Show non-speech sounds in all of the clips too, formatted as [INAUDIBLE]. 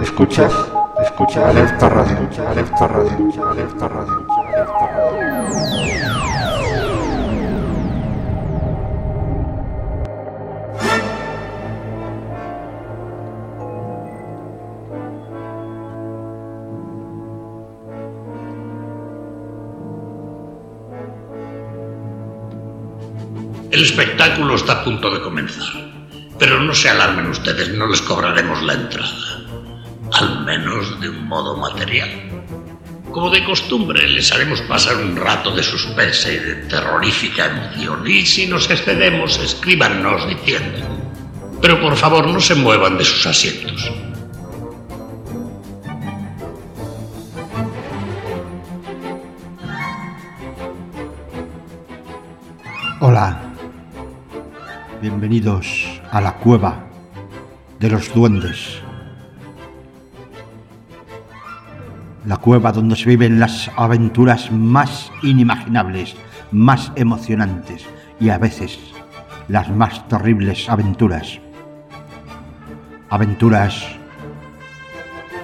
Escuchas, escuchas, alerta radio, alerta radio, alerta radio, alerta radio. El espectáculo está a punto de comenzar. Pero no se alarmen ustedes, no les cobraremos la entrada. Al menos de un modo material. Como de costumbre, les haremos pasar un rato de suspense y de terrorífica emoción. Y si nos excedemos, escríbanos diciendo. Pero por favor, no se muevan de sus asientos. Hola, bienvenidos a la cueva de los duendes. La cueva donde se viven las aventuras más inimaginables, más emocionantes y a veces las más terribles aventuras. Aventuras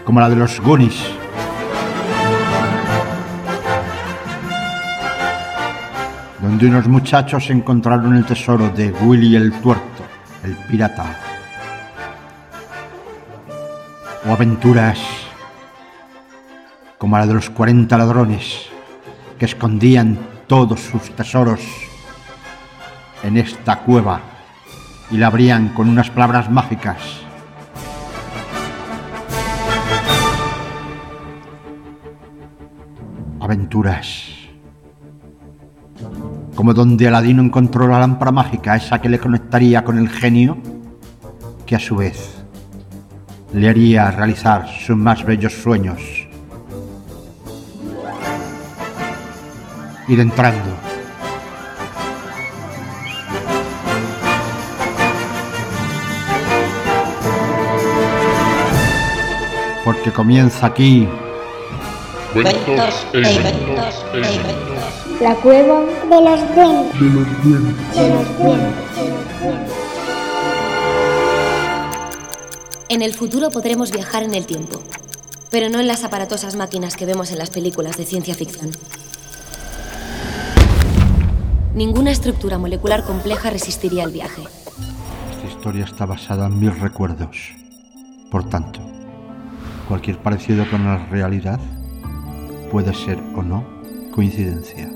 como la de los Goonies. donde unos muchachos encontraron el tesoro de Willy el Tuerto, el pirata. O aventuras como la de los 40 ladrones que escondían todos sus tesoros en esta cueva y la abrían con unas palabras mágicas. Aventuras como donde Aladino encontró la lámpara mágica, esa que le conectaría con el genio, que a su vez le haría realizar sus más bellos sueños. Ir entrando. Porque comienza aquí Cuentos e inventos e inventos. La cueva de los duendes. En el futuro podremos viajar en el tiempo, pero no en las aparatosas máquinas que vemos en las películas de ciencia ficción. Ninguna estructura molecular compleja resistiría el viaje. Esta historia está basada en mis recuerdos. Por tanto, cualquier parecido con la realidad puede ser o no coincidencia.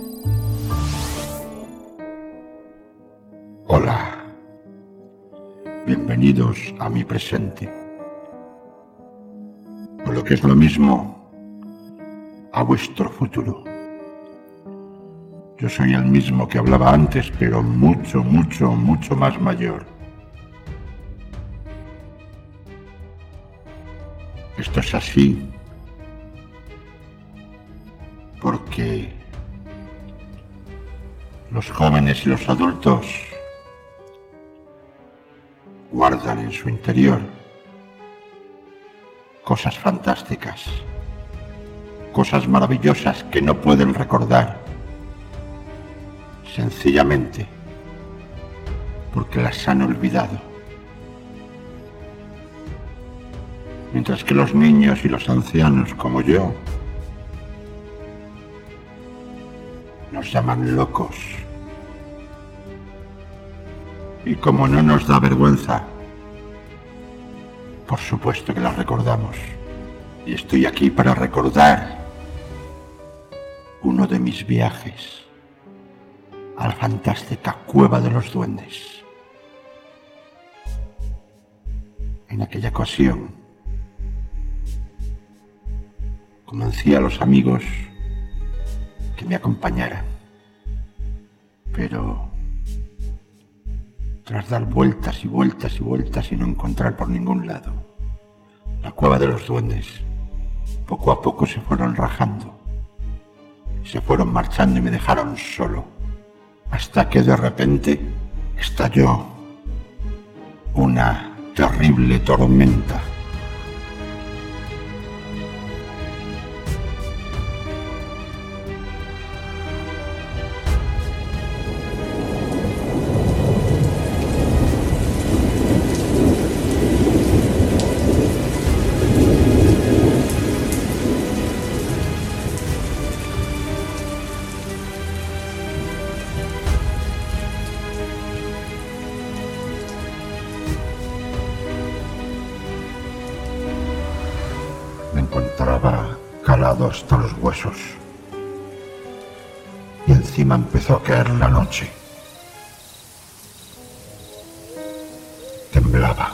Hola, bienvenidos a mi presente. O lo que es lo mismo, a vuestro futuro. Yo soy el mismo que hablaba antes, pero mucho, mucho, mucho más mayor. Esto es así porque los jóvenes y los adultos guardan en su interior cosas fantásticas, cosas maravillosas que no pueden recordar, sencillamente porque las han olvidado. Mientras que los niños y los ancianos como yo nos llaman locos. Y como no nos da vergüenza, por supuesto que las recordamos. Y estoy aquí para recordar uno de mis viajes a la fantástica cueva de los duendes. En aquella ocasión, convencí a los amigos que me acompañaran. Pero tras dar vueltas y vueltas y vueltas y no encontrar por ningún lado la cueva de los duendes, poco a poco se fueron rajando, se fueron marchando y me dejaron solo, hasta que de repente estalló una terrible tormenta. sudado hasta los huesos. Y encima empezó a caer la noche. Temblaba,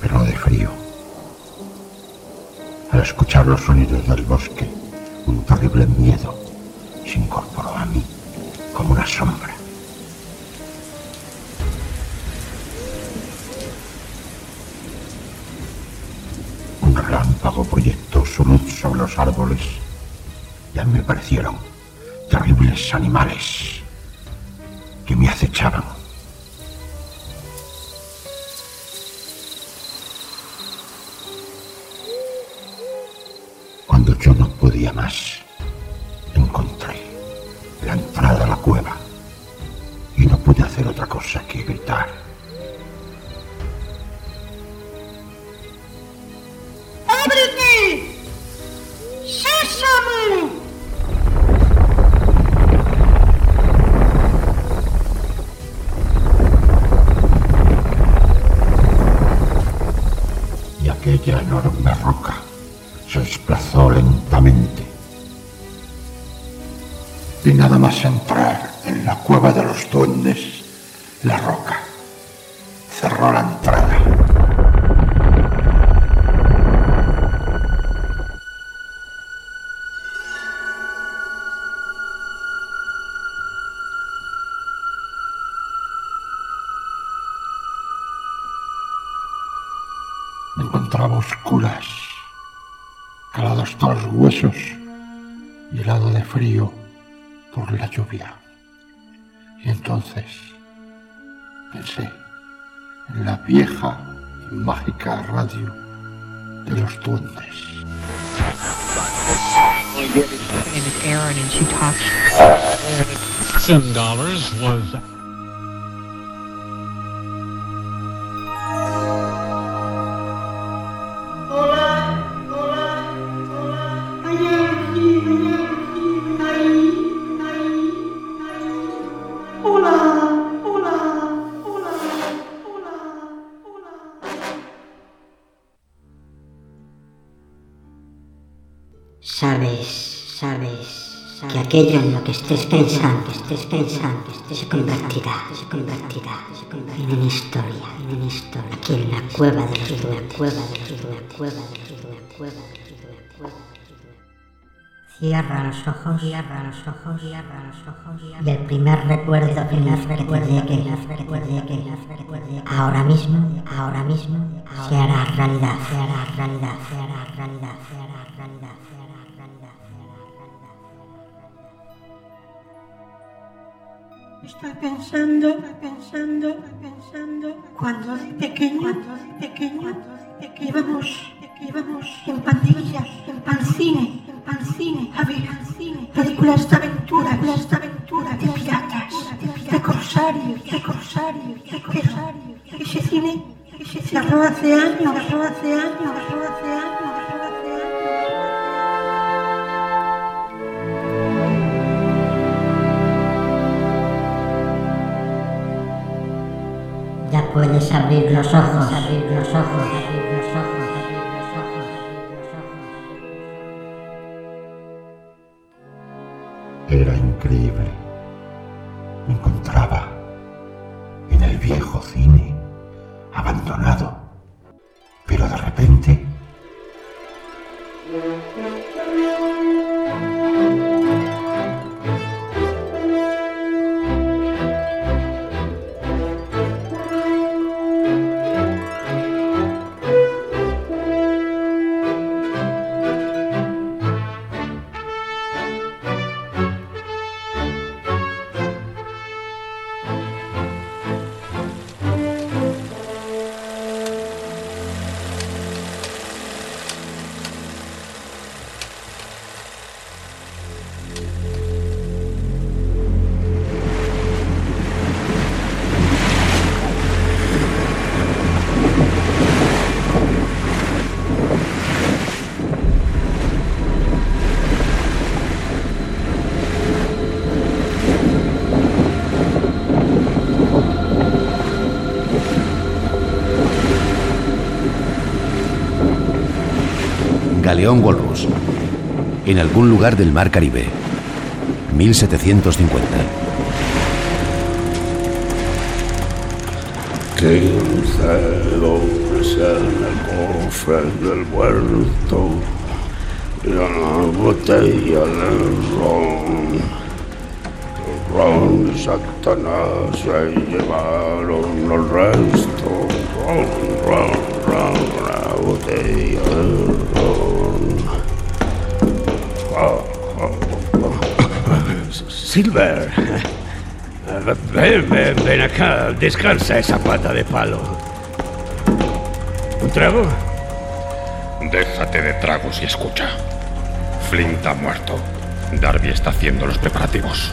pero no de frío. Al escuchar los sonidos del bosque, un terrible miedo se incorporó a mí como una sombra. Un relámpago proyectó su luz sobre los árboles y a mí me parecieron terribles animales que me acechaban. Cuando yo no podía más, encontré la entrada a la cueva y no pude hacer otra cosa que gritar. ¡Ábrete! ¡Sésamo! Y aquella enorme roca se desplazó lentamente. Y nada más entrar en la cueva de los duendes, la roca cerró la entrada. me encontraba a oscuras, calado hasta los huesos y helado de frío por la lluvia. Y entonces pensé en la vieja y mágica radio de los duendes. name is Erin, and she talks. Ten dollars was Sabes, sabes, que aquello en lo que estés pensando, que estés pensando, que estés se convertirá, se convertirá, se convertirá en una historia, en una historia. Aquí en la cueva de los duendes, cueva de los duendes, cueva de los duendes, cueva de los duendes, cueva de los duendes. Cierra los ojos, cierra los ojos, cierra los ojos. Y el primer recuerdo que las recuerde, que las recuerde, que las recuerde. Ahora mismo, ahora mismo, se hará realidad, se hará realidad, se hará realidad, se hará realidad, se hará realidad, se hará realidad. Está pensando, está pensando, está pensando. Cuando de pequeño, cuando de pequeño, cuando de pequeño íbamos, íbamos en pandillas, en pancine, en pancine, a ver al cine. Películas de aventura, películas de aventura, de piratas, de corsarios, de corsarios, de corsarios. Ese cine, ese cine cerró hace años, cerró hace años, cerró hace años, cerró hace años. Ya puedes abrir los ojos, abrir los ojos, abrir los ojos, abrir los ojos, abrir los ojos. Era increíble. Me encontraba en el viejo cine, abandonado. Pero de repente... Galeón Walrus. en algún lugar del Mar Caribe. 1750. Quince hombres en el cofre del muerto y una botella de ron. El ron y Satanás se llevaron el resto. Ron, ron, ron, una botella de ron. Ah, ah, ah. Silver, ven, ven, ven acá, descansa esa pata de palo. ¿Un trago? Déjate de tragos y escucha. Flint ha muerto. Darby está haciendo los preparativos.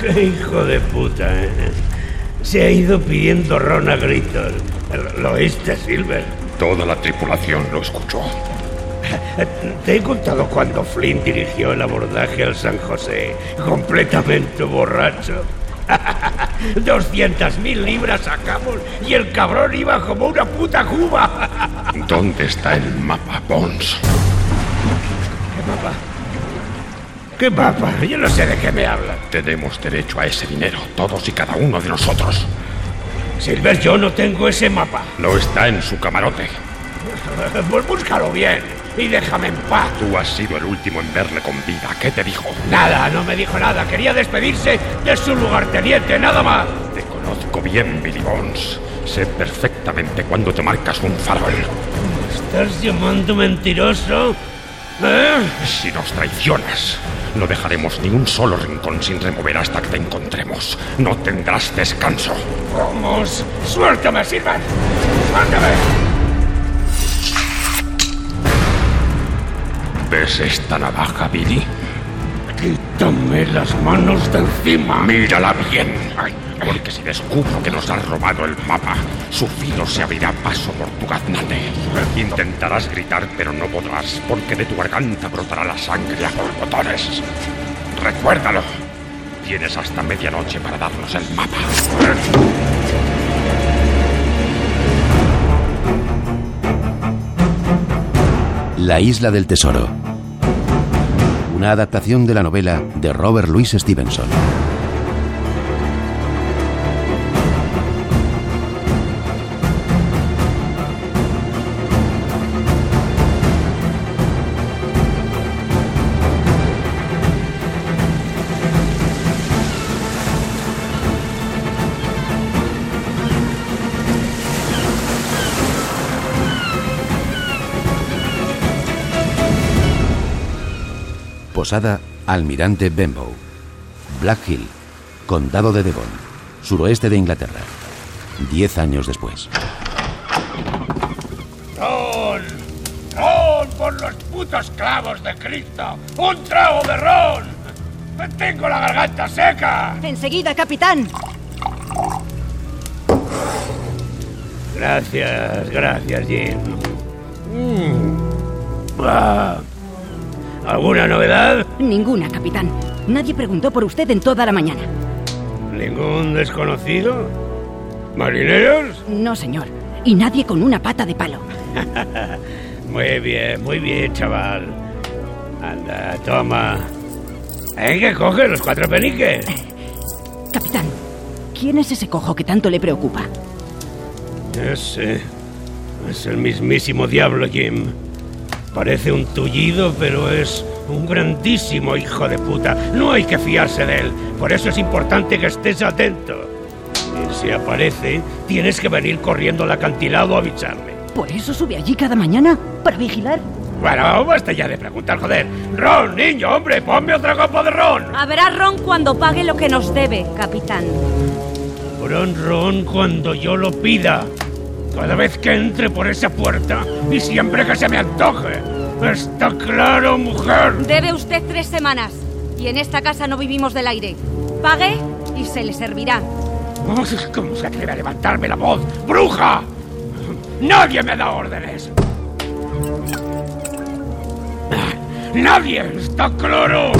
¡Qué hijo de puta! eh! Se ha ido pidiendo ron a gritos. ¿Lo oíste, Silver? Toda la tripulación lo escuchó. Te he contado cuando Flynn dirigió el abordaje al San José, completamente borracho. 200.000 libras sacamos y el cabrón iba como una puta cuba. ¿Dónde está el mapa, Bones? ¿Qué mapa? ¿Qué mapa? Yo no sé de qué me hablan. Tenemos derecho a ese dinero, todos y cada uno de nosotros. Silver, yo no tengo ese mapa. No está en su camarote. Pues búscalo bien y déjame en paz. Tú has sido el último en verle con vida. ¿Qué te dijo? Nada, no me dijo nada. Quería despedirse de su lugarteniente, nada más. Te conozco bien, Billy Bones. Sé perfectamente cuándo te marcas un farol. ¿Me estás llamando mentiroso? ¿Eh? Si nos traicionas, no dejaremos ni un solo rincón sin remover hasta que te encontremos. No tendrás descanso. ¡Vamos! ¡Suéltame, Silver! ¡Suéltame! ¿Ves esta navaja, Billy? Quítame las manos de encima. Mírala bien. Porque si descubro que nos has robado el mapa, su filo se abrirá paso por tu gaznate. Intentarás gritar, pero no podrás, porque de tu garganta brotará la sangre a borbotones. Recuérdalo. Tienes hasta medianoche para darnos el mapa. La isla del tesoro. Una adaptación de la novela de Robert Louis Stevenson. Posada Almirante Benbow. Black Hill, Condado de Devon, suroeste de Inglaterra. Diez años después. ¡Ron! ¡Ron por los putos clavos de Cristo! ¡Un trago de ron! ¡Me tengo la garganta seca! Enseguida, capitán. Gracias, gracias, Jim. Mm. Ah. ¿Alguna novedad? Ninguna, capitán. Nadie preguntó por usted en toda la mañana. ¿Ningún desconocido? ¿Marineros? No, señor. Y nadie con una pata de palo. [LAUGHS] muy bien, muy bien, chaval. Anda, toma. ¿Eh, que coge los cuatro peniques? Capitán, ¿quién es ese cojo que tanto le preocupa? Ese. Es el mismísimo diablo, Jim. Parece un tullido, pero es un grandísimo hijo de puta. No hay que fiarse de él. Por eso es importante que estés atento. Y si aparece, tienes que venir corriendo al acantilado a avisarme. ¿Por eso sube allí cada mañana? ¿Para vigilar? Bueno, basta ya de preguntar, joder. Ron, niño, hombre, ponme otra copa de ron. Habrá ron cuando pague lo que nos debe, capitán. Ron, ron cuando yo lo pida cada vez que entre por esa puerta y siempre que se me antoje. ¿Está claro, mujer? Debe usted tres semanas y en esta casa no vivimos del aire. Pague y se le servirá. ¿Cómo se atreve a levantarme la voz? ¡Bruja! ¡Nadie me da órdenes! ¡Nadie! ¡Está claro!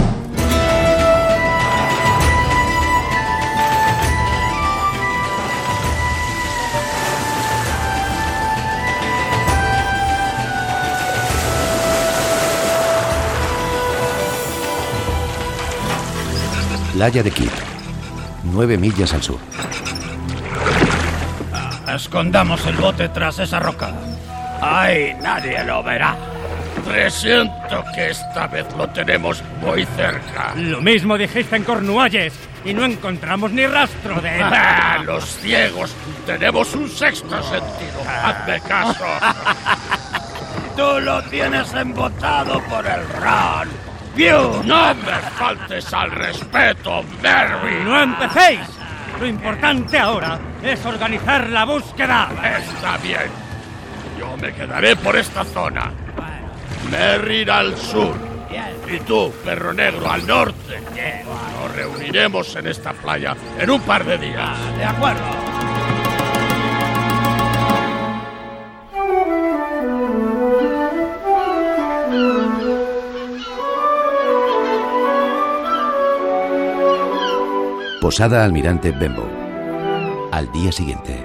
Playa de Kid, nueve millas al sur. Escondamos el bote tras esa roca. Ay, nadie lo verá. Presiento que esta vez lo tenemos muy [LAUGHS] cerca. Lo mismo dijiste en Cornualles y no encontramos ni rastro de él. Ah, los ciegos tenemos un sexto sentido. Hazme caso. Tú lo tienes embotado por el ron. ¡Piu! ¡No me faltes al respeto, Merry! ¡No empecéis! Lo importante ahora es organizar la búsqueda. Está bien. Yo me quedaré por esta zona. Merry irá al sur. Y tú, perro negro, al norte. Nos reuniremos en esta playa en un par de días. Ah, De acuerdo. Posada Almirante Bembo. Al día siguiente.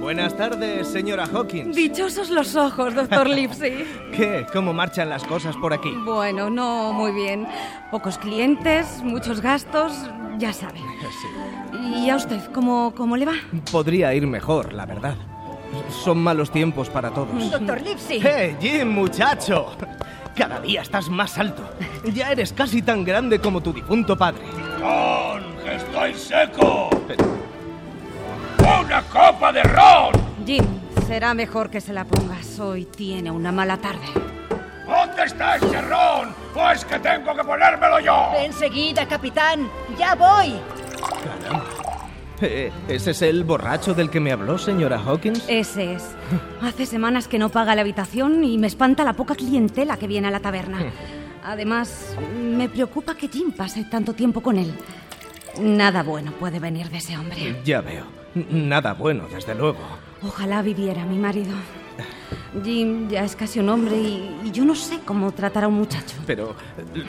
Buenas tardes, señora Hawkins. Dichosos los ojos, [LAUGHS] doctor Lipsy. ¿Qué? ¿Cómo marchan las cosas por [LAUGHS] aquí? Bueno, no muy bien. Pocos clientes, muchos gastos, ya sabe. ¿Y a usted cómo, cómo le va? Podría ir mejor, la verdad. Son malos tiempos para todos. Doctor Lipsy. ¡Eh, Jim, muchacho! Cada día estás más alto. Ya eres casi tan grande como tu difunto padre. ¡Ron! que ¡Estoy seco! ¡Una copa de ron! Jim, será mejor que se la pongas. Hoy tiene una mala tarde. ¿Dónde está ese ron? ¿O es que tengo que ponérmelo yo? Enseguida, capitán. Ya voy. Caramba. Eh, ¿Ese es el borracho del que me habló, señora Hawkins? Ese es. Hace semanas que no paga la habitación y me espanta la poca clientela que viene a la taberna. Además, me preocupa que Jim pase tanto tiempo con él. Nada bueno puede venir de ese hombre. Ya veo. Nada bueno, desde luego. Ojalá viviera mi marido. Jim ya es casi un hombre y, y yo no sé cómo tratar a un muchacho. Pero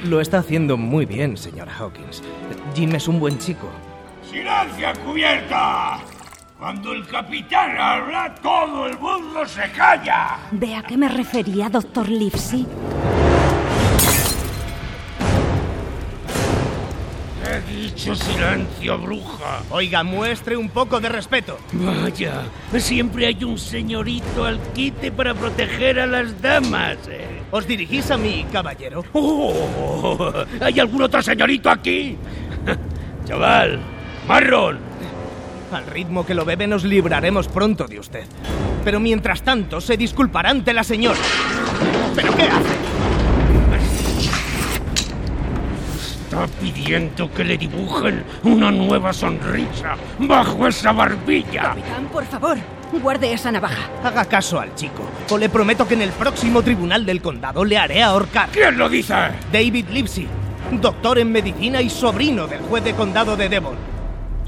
lo está haciendo muy bien, señora Hawkins. Jim es un buen chico. ¡Silencio a cubierta! Cuando el capitán habla, todo el mundo se calla. ¿Ve a qué me refería, doctor Livesey? He dicho silencio, bruja. Oiga, muestre un poco de [LAUGHS] respeto. Vaya, siempre hay un señorito al quite para proteger a las damas. eh. ¿Os dirigís a mí, caballero? ¡Oh! ¿Hay algún otro señorito [LAUGHS] aquí? Chaval, marrón. Al ritmo que lo bebe nos libraremos pronto de usted. Pero mientras tanto, se disculpará ante la señora. ¿Pero qué hace? Está pidiendo que le dibujen una nueva sonrisa bajo esa barbilla. Capitán, por favor, guarde esa navaja. Haga caso al chico, o le prometo que en el próximo tribunal del condado le haré ahorcar. ¿Quién lo dice? David Lipsy, doctor en medicina y sobrino del juez de condado de Devon.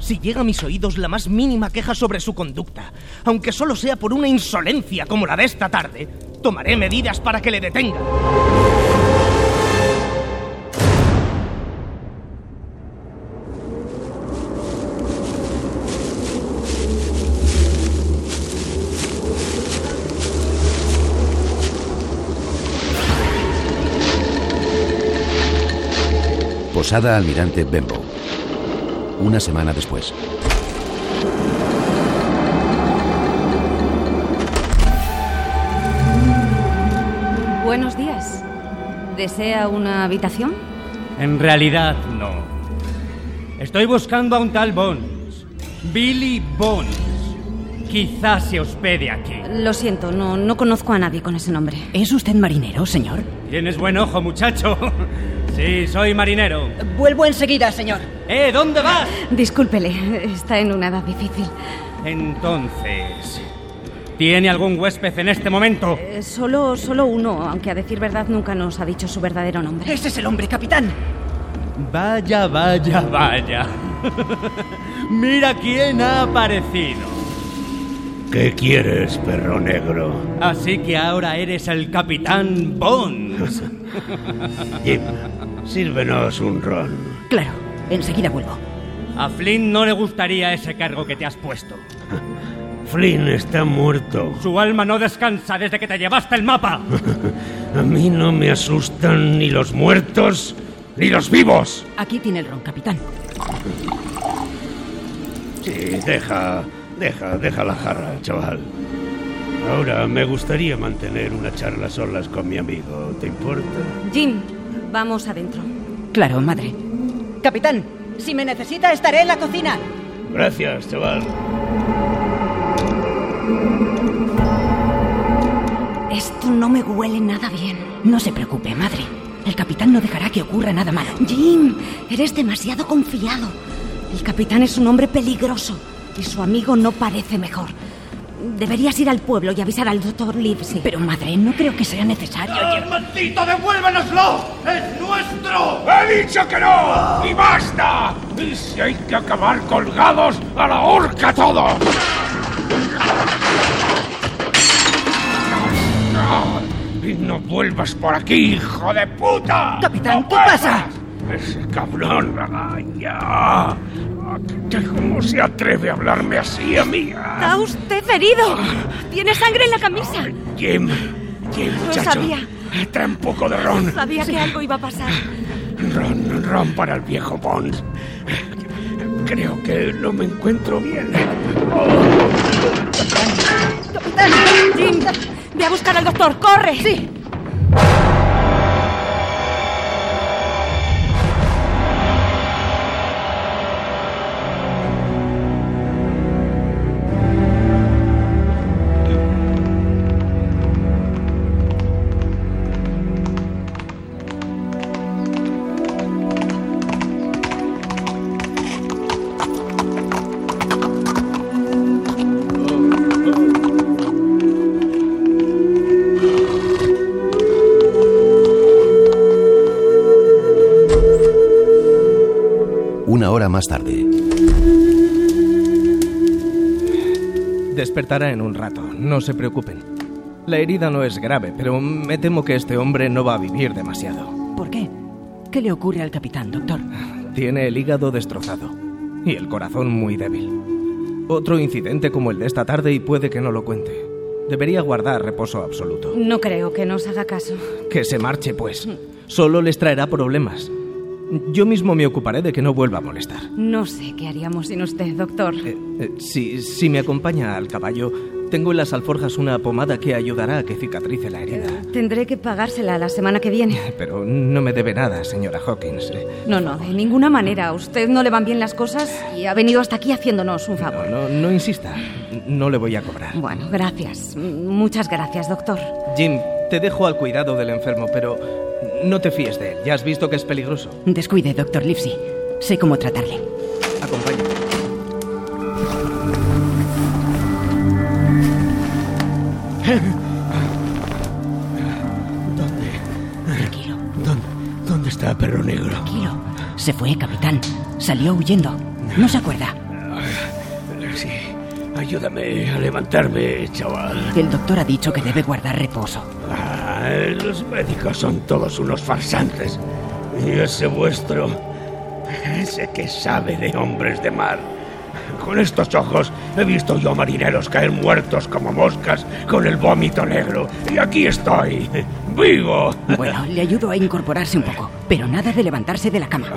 Si llega a mis oídos la más mínima queja sobre su conducta, aunque solo sea por una insolencia como la de esta tarde, tomaré medidas para que le detenga. Posada Almirante Bembo. Una semana después. Buenos días. ¿Desea una habitación? En realidad, no. Estoy buscando a un tal Bones. Billy Bones. Quizás se hospede aquí. Lo siento, no, no conozco a nadie con ese nombre. ¿Es usted marinero, señor? Tienes buen ojo, muchacho. Sí, soy marinero. Vuelvo enseguida, señor. ¿Eh? ¿Dónde vas? Discúlpele, está en una edad difícil. Entonces, ¿tiene algún huésped en este momento? Eh, solo, solo uno, aunque a decir verdad nunca nos ha dicho su verdadero nombre. Ese es el hombre, capitán. Vaya, vaya, vaya. Mira quién ha aparecido. ¿Qué quieres, perro negro? Así que ahora eres el capitán Bones. Jim, sírvenos un ron. Claro, enseguida vuelvo. A Flynn no le gustaría ese cargo que te has puesto. Flynn está muerto. Su alma no descansa desde [LAUGHS] que te llevaste el mapa. A mí no me asustan ni los muertos ni los vivos. Aquí tiene el ron, capitán. Sí, deja, deja, deja la jarra, chaval. Ahora me gustaría mantener una charla solas con mi amigo, ¿te importa? Jim, vamos adentro. Claro, madre. Capitán, si me necesita estaré en la cocina. Gracias, chaval. Esto no me huele nada bien. No se preocupe, madre. El capitán no dejará que ocurra nada malo. Jim, eres demasiado confiado. El capitán es un hombre peligroso y su amigo no parece mejor. Deberías ir al pueblo y avisar al doctor Livesey. Pero madre, no creo que sea necesario. ¡Ah, maldito, devuélvenoslo! ¡Es nuestro! ¡He dicho que no! ¡Y basta! ¡Y si hay que acabar colgados a la horca todos! Y no vuelvas por aquí, hijo de puta. Capitán, ¡No ¿qué vuelvas! pasa? Ese cabrón. Ay, ya. ¿Cómo se atreve a hablarme así a mí? Está usted herido. Tiene sangre en la camisa. Jim, Jim, Lo chacho. sabía. Trae un poco de ron. Sabía que algo iba a pasar. Ron, ron para el viejo Bones. Creo que no me encuentro bien. Capitán, Jim, ve a buscar al doctor. ¡Corre! Sí. Una hora más tarde, Despertará en un rato, no se preocupen. La herida no es grave, pero me temo que este hombre no va a vivir demasiado. ¿Por qué? ¿Qué le ocurre al capitán, doctor? Tiene el hígado destrozado y el corazón muy débil. Otro incidente como el de esta tarde y puede que no lo cuente. Debería guardar reposo absoluto. No creo que nos haga caso. Que se marche, pues. Solo les traerá problemas. Yo mismo me ocuparé de que no vuelva a molestar. No sé qué haríamos sin usted, doctor. Eh, si, si me acompaña al caballo, tengo en las alforjas una pomada que ayudará a que cicatrice la herida. Tendré que pagársela la semana que viene. Pero no me debe nada, señora Hawkins. Eh, No, no, de ninguna manera. A usted no le van bien las cosas y ha venido hasta aquí haciéndonos un favor. No, no insista. No le voy a cobrar. Bueno, gracias. M- Muchas gracias, doctor. Jim, te dejo al cuidado del enfermo, pero no te fíes de él. Ya has visto que es peligroso. Descuide, doctor Livesey. Sé cómo tratarle. Acompáñame. ¿Dónde? ¿Dónde, dónde está Perro Negro? Tranquilo. Se fue, capitán. Salió huyendo. No se acuerda. Sí, ayúdame a levantarme, chaval. El doctor ha dicho que debe guardar reposo. Ah, los médicos son todos unos farsantes. Y ese vuestro, ese que sabe de hombres de mar. Con estos ojos he visto yo marineros caer muertos como moscas con el vómito negro. Y aquí estoy, vivo. Bueno, le ayudo a incorporarse un poco, pero nada de levantarse de la cama.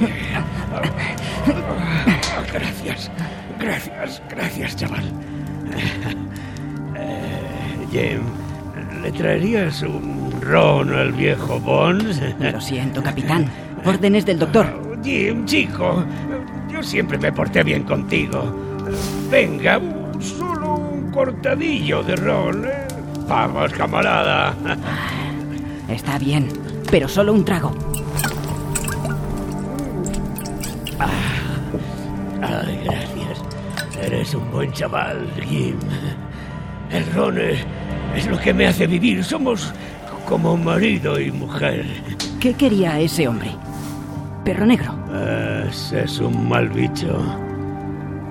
Ah, Gracias, gracias, gracias, chaval. Eh, Jim, ¿le traerías un ron al viejo Bones? Lo siento, capitán. Órdenes del doctor. Jim, chico, yo siempre me porté bien contigo. Venga, solo un cortadillo de ron. ¿eh? Vamos, camarada. Está bien, pero solo un trago. Ay, gracias. Eres un buen chaval, Jim. El ron eh, es lo que me hace vivir. Somos como marido y mujer. ¿Qué quería ese hombre? Perro negro. Es, es un mal bicho.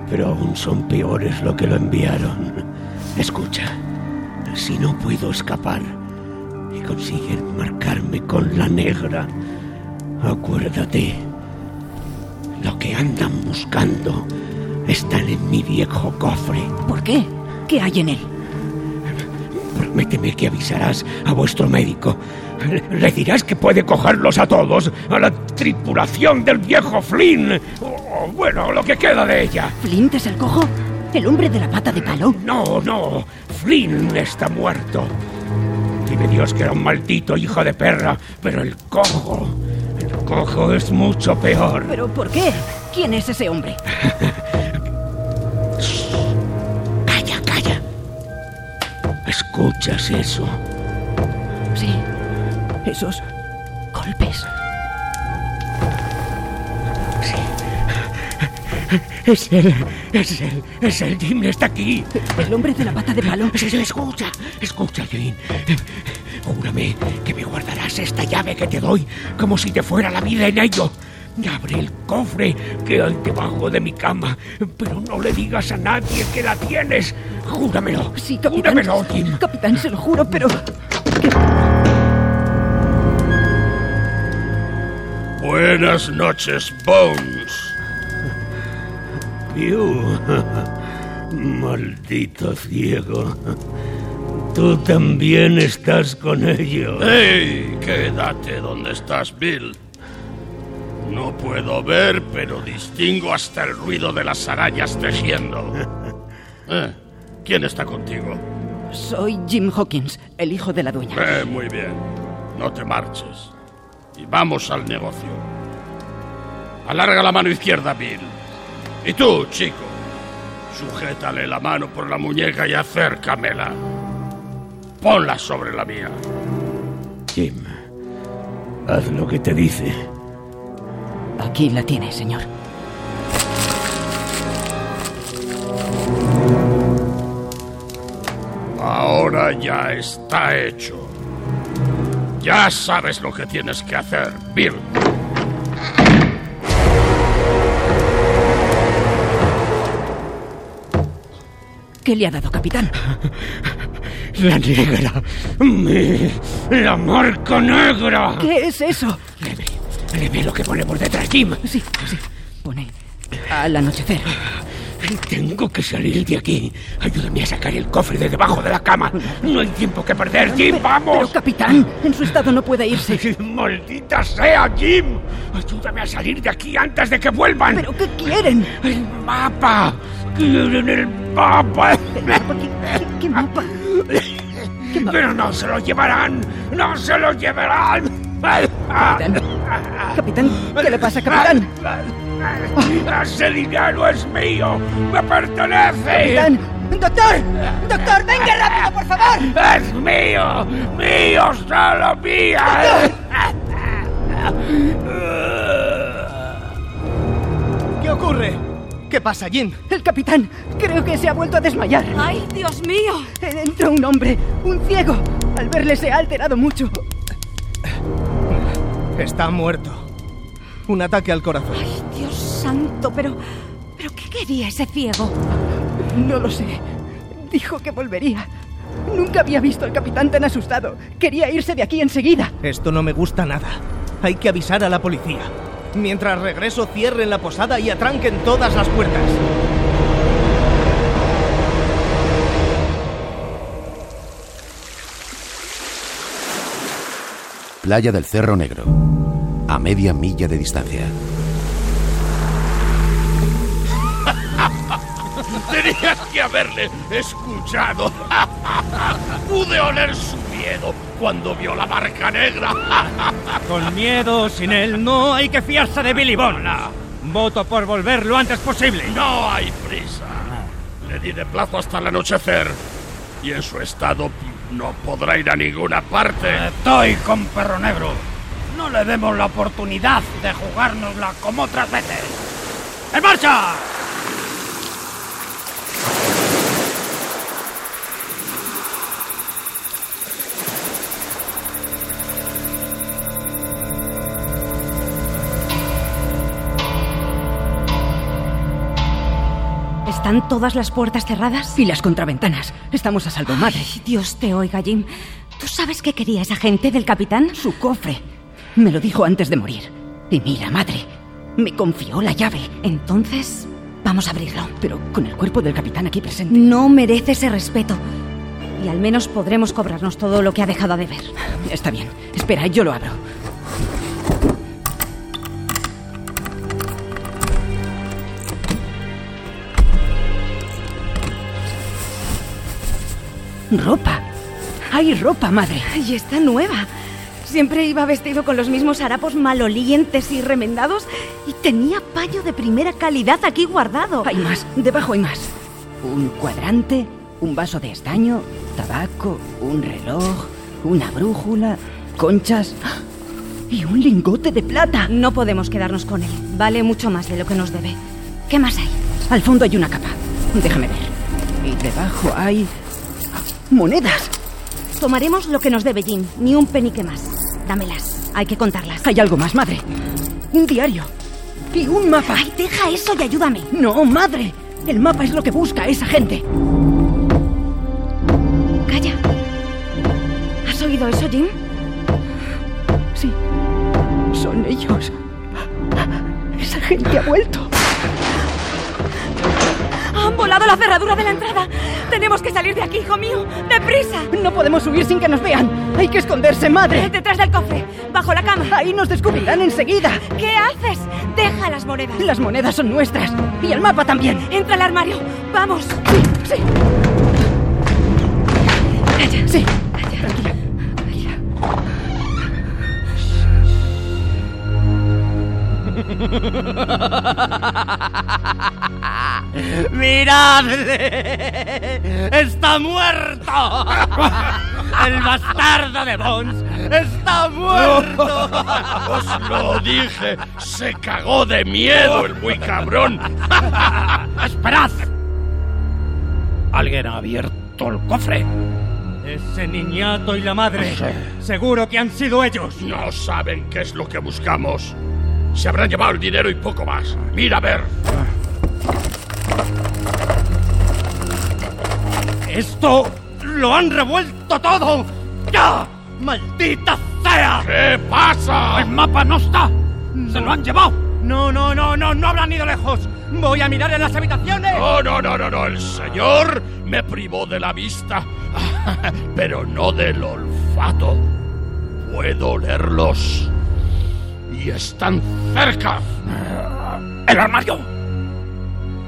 Pero aún son peores lo que lo enviaron. Escucha, si no puedo escapar y consiguen marcarme con la negra, acuérdate, lo que andan buscando están en mi viejo cofre. ¿Por qué? ¿Qué hay en él? Prométeme que avisarás a vuestro médico Le dirás que puede cogerlos a todos, a la tripulación del viejo Flynn, o, o, bueno, lo que queda de ella. ¿Flint es el cojo? ¿El hombre de la pata de palo? No, no, Flynn está muerto. Dime Dios que era un maldito hijo de perra, pero el cojo, el cojo es mucho peor. ¿Pero por qué? ¿Quién es ese [LAUGHS] hombre? calla, calla. ¿Escuchas eso? Sí esos golpes. Sí. Es él, es él, es él, Jim está aquí. El hombre de la pata de palo. Sí, sí, escucha, escucha, Jim. Júrame que me guardarás esta llave que te doy como si te fuera la vida en ello. Abre el cofre que hay debajo de mi cama, pero no le digas a nadie que la tienes. Júramelo. Sí, capitán. Júramelo, Jim. Capitán, se lo juro, pero. Buenas noches, Bones. Piu, maldito ciego. Tú también estás con ellos. ¡Ey! Quédate donde estás, Bill. No puedo ver, pero distingo hasta el ruido de las arañas [LAUGHS] tejiendo. Eh, ¿Quién está contigo? Soy Jim Hawkins, el hijo de la dueña. Eh, muy bien. No te marches y vamos al negocio. Alarga la mano izquierda, Bill. Y tú, chico, sujétale la mano por la muñeca y acércamela. Ponla sobre la mía. Jim, haz lo que te dice. Aquí la tiene, señor. Ahora ya está hecho. Ya sabes lo que tienes que hacer, Bill. ¿Qué le ha dado, capitán? La negra. Mi, la marca negra. ¿Qué es eso? Le ve, le ve lo que pone por detrás, Jim. Sí, sí. Pone al anochecer. Tengo que salir de aquí. Ayúdame a sacar el cofre de debajo de la cama. No hay tiempo que perder, Jim. Pero, ¡Vamos! Pero, capitán, en su estado no puede [LAUGHS] irse. ¡Maldita sea, Jim! Ayúdame a salir de aquí antes de que vuelvan. ¿Pero qué quieren? El mapa. Quieren el mapa. ¿El mapa? ¿Qué, qué, qué mapa? ¿Qué mapa? Pero no se lo llevarán. No se lo llevarán. Capitán, capitán, ¿qué le pasa, capitán? ¡Ese dinero es mío! ¡Me pertenece! Capitán, ¡Doctor! ¡Doctor, venga rápido, por favor! ¡Es mío! ¡Mío, solo mío! ¿Qué ocurre? ¿Qué pasa, Jim? El capitán creo que se ha vuelto a desmayar. ¡Ay, Dios mío! Entró un hombre, un ciego. Al verle se ha alterado mucho. Está muerto. Un ataque al corazón. ¡Ay, Dios santo! Pero. ¿Pero qué quería ese ciego? No lo sé. Dijo que volvería. Nunca había visto al capitán tan asustado. Quería irse de aquí enseguida. Esto no me gusta nada. Hay que avisar a la policía. Mientras regreso, cierren la posada y atranquen todas las puertas. Playa del Cerro Negro, a media milla de distancia. [LAUGHS] Tenías que haberle escuchado. [LAUGHS] Pude oler su miedo cuando vio la barca negra. [LAUGHS] Ah, Con miedo, sin él, no hay que fiarse de Billy Bond. Voto por volver lo antes posible. No hay prisa. Ah. Le di de plazo hasta el anochecer. Y en su estado no podrá ir a ninguna Ah, parte. Estoy con Perro Negro. No le demos la oportunidad de jugárnosla como otras veces. ¡En marcha! ¿Están todas las puertas cerradas? Y las contraventanas. Estamos a salvo, madre. Ay, Dios te oiga, Jim. ¿Tú sabes qué quería esa gente del capitán? Su cofre. Me lo dijo antes de morir. Y mira, madre, me confió la llave. Entonces, vamos a abrirlo. Pero con el cuerpo del capitán aquí presente. No merece ese respeto. Y al menos podremos cobrarnos todo lo que ha dejado de ver. Está bien. Espera, yo lo abro. Ropa. Hay ropa, madre. Y está nueva. Siempre iba vestido con los mismos harapos malolientes y remendados y tenía paño de primera calidad aquí guardado. Hay más, debajo hay más. Un cuadrante, un vaso de estaño, tabaco, un reloj, una brújula, conchas y un lingote de plata. No podemos quedarnos con él. Vale mucho más de lo que nos debe. ¿Qué más hay? Al fondo hay una capa. Déjame ver. Y debajo hay... monedas. Tomaremos lo que nos debe Jim, ni un penique más. Dámelas, hay que contarlas. Hay algo más, madre. Un diario. Y un mapa. Ay, deja eso y ayúdame. No, madre. El mapa es lo que busca esa gente. Calla. ¿Has oído eso, Jim? Sí. Son ellos. Esa gente ha vuelto. Han volado la cerradura de la entrada. Tenemos que salir de aquí, hijo mío. ¡Deprisa! No podemos huir sin que nos vean. Hay que esconderse, madre. Detrás del cofre, bajo la cama. Ahí nos descubrirán enseguida. ¿Qué haces? Deja las monedas. Las monedas son nuestras. Y el mapa también. Entra al armario. Vamos. Sí. sí. Calla. Sí. Calla. Tranquila. ¡Miradle! ¡Está muerto! [LAUGHS] ¡El bastardo de Bones está [LAUGHS] muerto! ¡Os lo dije! ¡Se cagó de miedo el muy cabrón! ¡Esperad! ¿Alguien ha abierto el cofre? Ese niñato y la madre. Seguro que han sido ellos. No saben qué es lo que buscamos. Se habrán llevado el dinero y poco más. Mira a ver. ¡Esto lo han revuelto todo! ¡Ya! ¡Maldita sea! ¿Qué pasa? El mapa no está. No. Se lo han llevado. No, no, no, no, no habrán ido lejos. Voy a mirar en las habitaciones. No, no, no, no, no. El señor me privó de la vista, [LAUGHS] pero no del olfato. Puedo olerlos y están cerca. ¡El armario!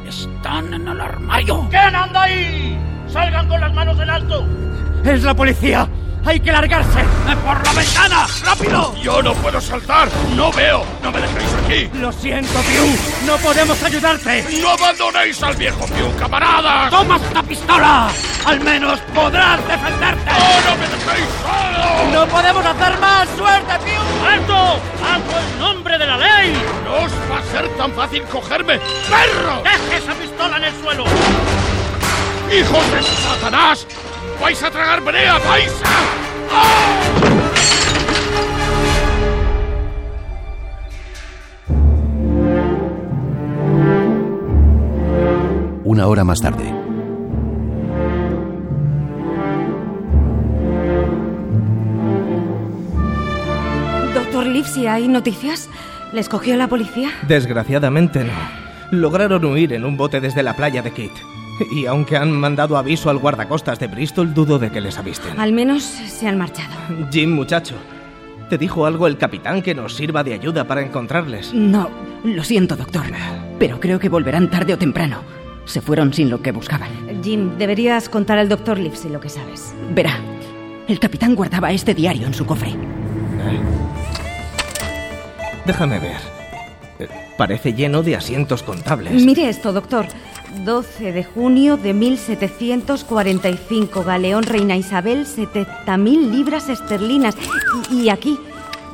¡Están en el armario! ¿Quién anda ahí? ¡Salgan con las manos en alto! ¡Es la policía! ¡Hay que largarse! ¡Por la ventana! ¡Rápido! ¡Yo no puedo saltar! ¡No veo! ¡No me dejéis aquí! Lo siento, Piu. ¡No podemos ayudarte! ¡No abandonéis al viejo Piu, camarada! ¡Toma esta pistola! ¡Al menos podrás defenderte! Oh, ¡No, no me dejéis solo! ¡No podemos hacer más! ¡Suerte, Piu! ¡Alto! ¡Alto en nombre de la ley! ¡No os va a ser tan fácil cogerme! ¡Perro! ¡Deje esa pistola en el suelo! ¡Hijos de Satanás! ¡Vais a tragar brea, vais a... ¡Oh! Una hora más tarde. Doctor Livesey, ¿hay noticias? ¿Les cogió la policía? Desgraciadamente no. Lograron huir en un bote desde la playa de Kit. Y aunque han mandado aviso al guardacostas de Bristol, dudo de que les avisten. Al menos se han marchado. Jim, muchacho, ¿te dijo algo el capitán que nos sirva de ayuda para encontrarles? No, lo siento, doctor, pero creo que volverán tarde o temprano. Se fueron sin lo que buscaban. Jim, deberías contar al doctor Livesey lo que sabes. Verá, el capitán guardaba este diario en su cofre. Déjame ver. Eh, Parece lleno de asientos contables. Mire esto, doctor. 12 de junio de 1745, Galeón Reina Isabel, 70.000 libras esterlinas. Y, y, aquí,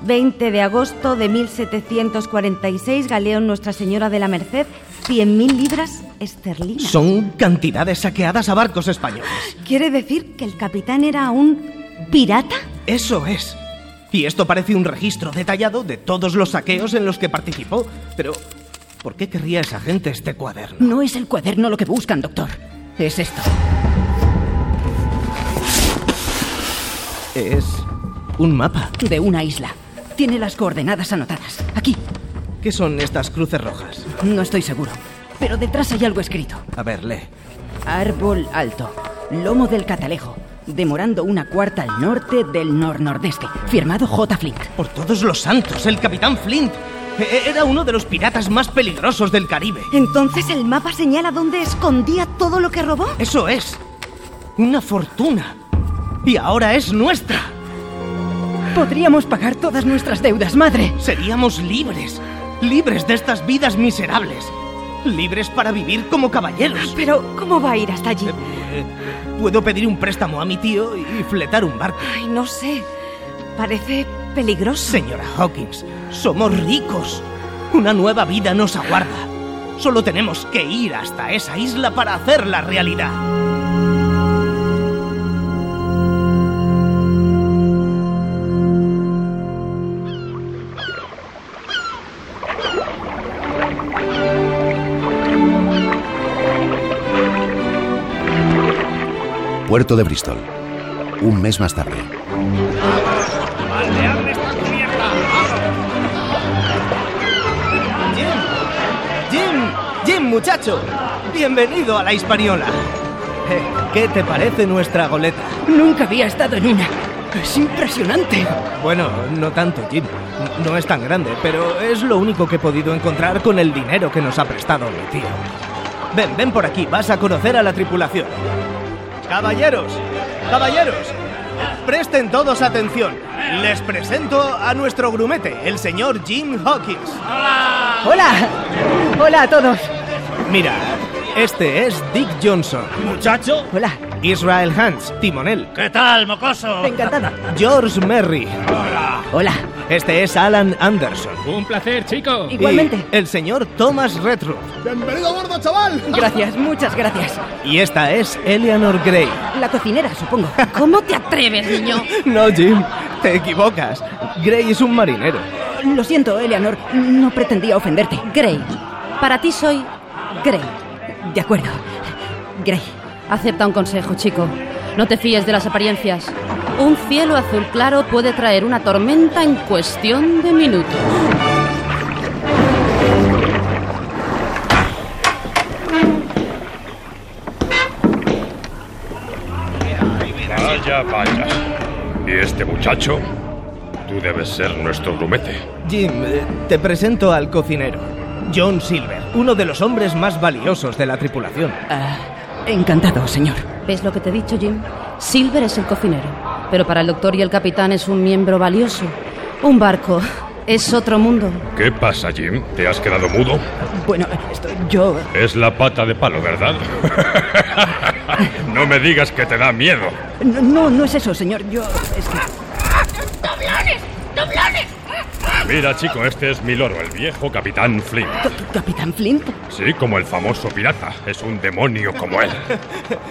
20 de agosto de 1746, Galeón Nuestra Señora de la Merced, 100.000 libras esterlinas. Son cantidades saqueadas a barcos españoles. ¿Quiere decir que el capitán era un pirata? Eso es. Y esto parece un registro detallado de todos los saqueos en los que participó. Pero, ¿Por qué querría esa gente este cuaderno? No es el cuaderno lo que buscan, doctor. Es esto. Es un mapa. De una isla. Tiene las coordenadas anotadas. Aquí. ¿Qué son estas cruces rojas? No estoy seguro. Pero detrás hay algo escrito. A ver, lee. Árbol alto. Lomo del catalejo. demorando una cuarta al norte del nor-nordeste. Firmado J. Flint. Por todos los santos, el capitán Flint. E- Era uno de los piratas más peligrosos del Caribe. Entonces el mapa señala dónde escondía todo lo que robó. Eso es. Una fortuna. Y ahora es nuestra. Podríamos pagar todas nuestras deudas, madre. Seríamos libres. Libres de estas vidas miserables. Libres para vivir como caballeros. Pero, ¿cómo va a ir hasta allí? Eh, Puedo pedir un préstamo a mi tío y fletar un barco. Ay, no sé. Parece peligroso. Señora Hawkins, somos ricos. Una nueva vida nos aguarda. Solo tenemos que ir hasta esa isla para hacerla realidad. Puerto de Bristol. Un mes más tarde. Jim, Jim, muchacho. Bienvenido a la Hispaniola. Eh, ¿Qué te parece nuestra goleta? Nunca había estado en una. Es impresionante. Bueno, no tanto, Jim. No es tan grande, pero es lo único que he podido encontrar con el dinero que nos ha prestado mi tío. Ven, ven por aquí, vas a conocer a la tripulación. Caballeros, caballeros, presten todos atención. Les presento a nuestro grumete, el señor Jim Hawkins. Hola. Hola a todos. Mira, este es Dick Johnson. Muchacho. Hola. Israel Hans, timonel. ¿Qué tal, mocoso? Encantada. George Merry. Hola. Hola. Este es Alan Anderson. Un placer, chico. Igualmente. Y el señor Thomas Redruth. ¡Bienvenido a bordo, chaval! Gracias, muchas gracias. Y esta es Eleanor Gray. La cocinera, supongo. ¿Cómo te atreves, niño? [LAUGHS] No, Jim, te equivocas. Gray es un marinero. Lo siento, Eleanor, no pretendía ofenderte. Gray. Para ti soy Gray. De acuerdo. Gray. Acepta un consejo, chico. No te fíes de las apariencias. Un cielo azul claro puede traer una tormenta en cuestión de minutos. Vaya, vaya. ¿Y este muchacho? Tú debes ser nuestro grumete. Jim, eh, te presento al cocinero. John Silver, uno de los hombres más valiosos de la tripulación. Ah, encantado, señor. ¿Ves lo que te he dicho, Jim? Silver es el cocinero, pero para el doctor y el capitán es un miembro valioso. Un barco es otro mundo. ¿Qué pasa, Jim? ¿Te has quedado mudo? Bueno, estoy yo... Es la pata de palo, ¿verdad? [LAUGHS] no me digas que te da miedo. No, no, no es eso, señor. Yo... Es que... ¡Doblones! ¡Doblones! Mira, chico, este es mi loro, el viejo capitán Flint. ¿Capitán Flint? Sí, como el famoso pirata. Es un demonio como él.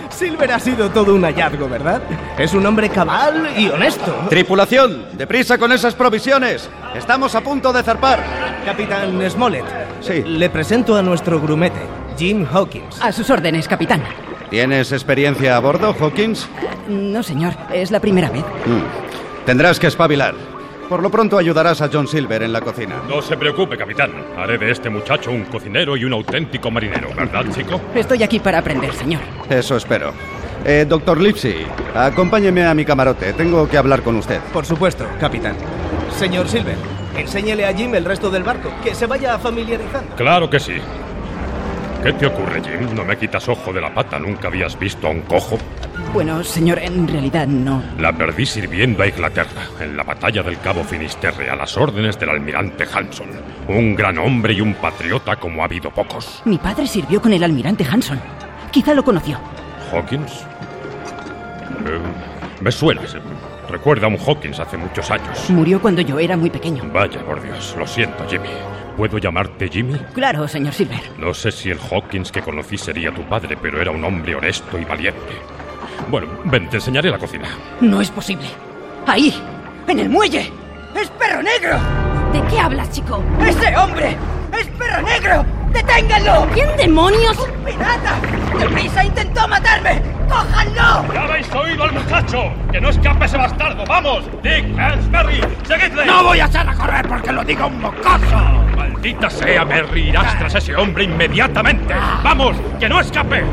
Silver ha sido todo un hallazgo, ¿verdad? Es un hombre cabal y honesto. Tripulación, deprisa con esas provisiones. Estamos a punto de zarpar. Capitán Smollett. Sí. Le presento a nuestro grumete, Jim Hawkins. A sus órdenes, capitán. ¿Tienes experiencia a bordo, Hawkins? No, señor. Es la primera vez. Mm. Tendrás que espabilar. Por lo pronto ayudarás a John Silver en la cocina. No se preocupe, capitán. Haré de este muchacho un cocinero y un auténtico marinero, ¿verdad, chico? Estoy aquí para aprender, señor. Eso espero. Eh, doctor Lipsy, acompáñeme a mi camarote. Tengo que hablar con usted. Por supuesto, capitán. Señor Silver, enséñele a Jim el resto del barco, que se vaya familiarizando. Claro que sí. ¿Qué te ocurre, Jim? No me quitas ojo de la pata. ¿Nunca habías visto a un cojo? Bueno, señor, en realidad no. La perdí sirviendo a Inglaterra, en la batalla del Cabo Finisterre, a las órdenes del almirante Hanson. Un gran hombre y un patriota como ha habido pocos. Mi padre sirvió con el almirante Hanson. Quizá lo conoció. ¿Hawkins? Eh, me suena. ese- Recuerda a un Hawkins hace muchos años. Murió cuando yo era muy pequeño. Vaya, por Dios. Lo siento, Jimmy. ¿Puedo llamarte Jimmy? Claro, señor Silver. No sé si el Hawkins que conocí sería tu padre, pero era un hombre honesto y valiente. Bueno, ven, te enseñaré la cocina. No es posible. Ahí, en el muelle. ¡Es perro negro! ¿De qué hablas, chico? ¡Ese hombre! ¡Es perro negro! ¡Deténganlo! ¿Quién demonios? ¡Un pirata! ¡Deprisa intentó matarme! ¡Cójanlo! ¡Ya habéis oído al muchacho! ¡Que no escape ese bastardo! ¡Vamos! ¡Dick, Hans, Merry! ¡Seguidle! No voy a echar a correr porque lo diga un mocoso. ¡Maldita sea, Merry! ¡Irás tras ese hombre inmediatamente! ¡Vamos! ¡Que no escape!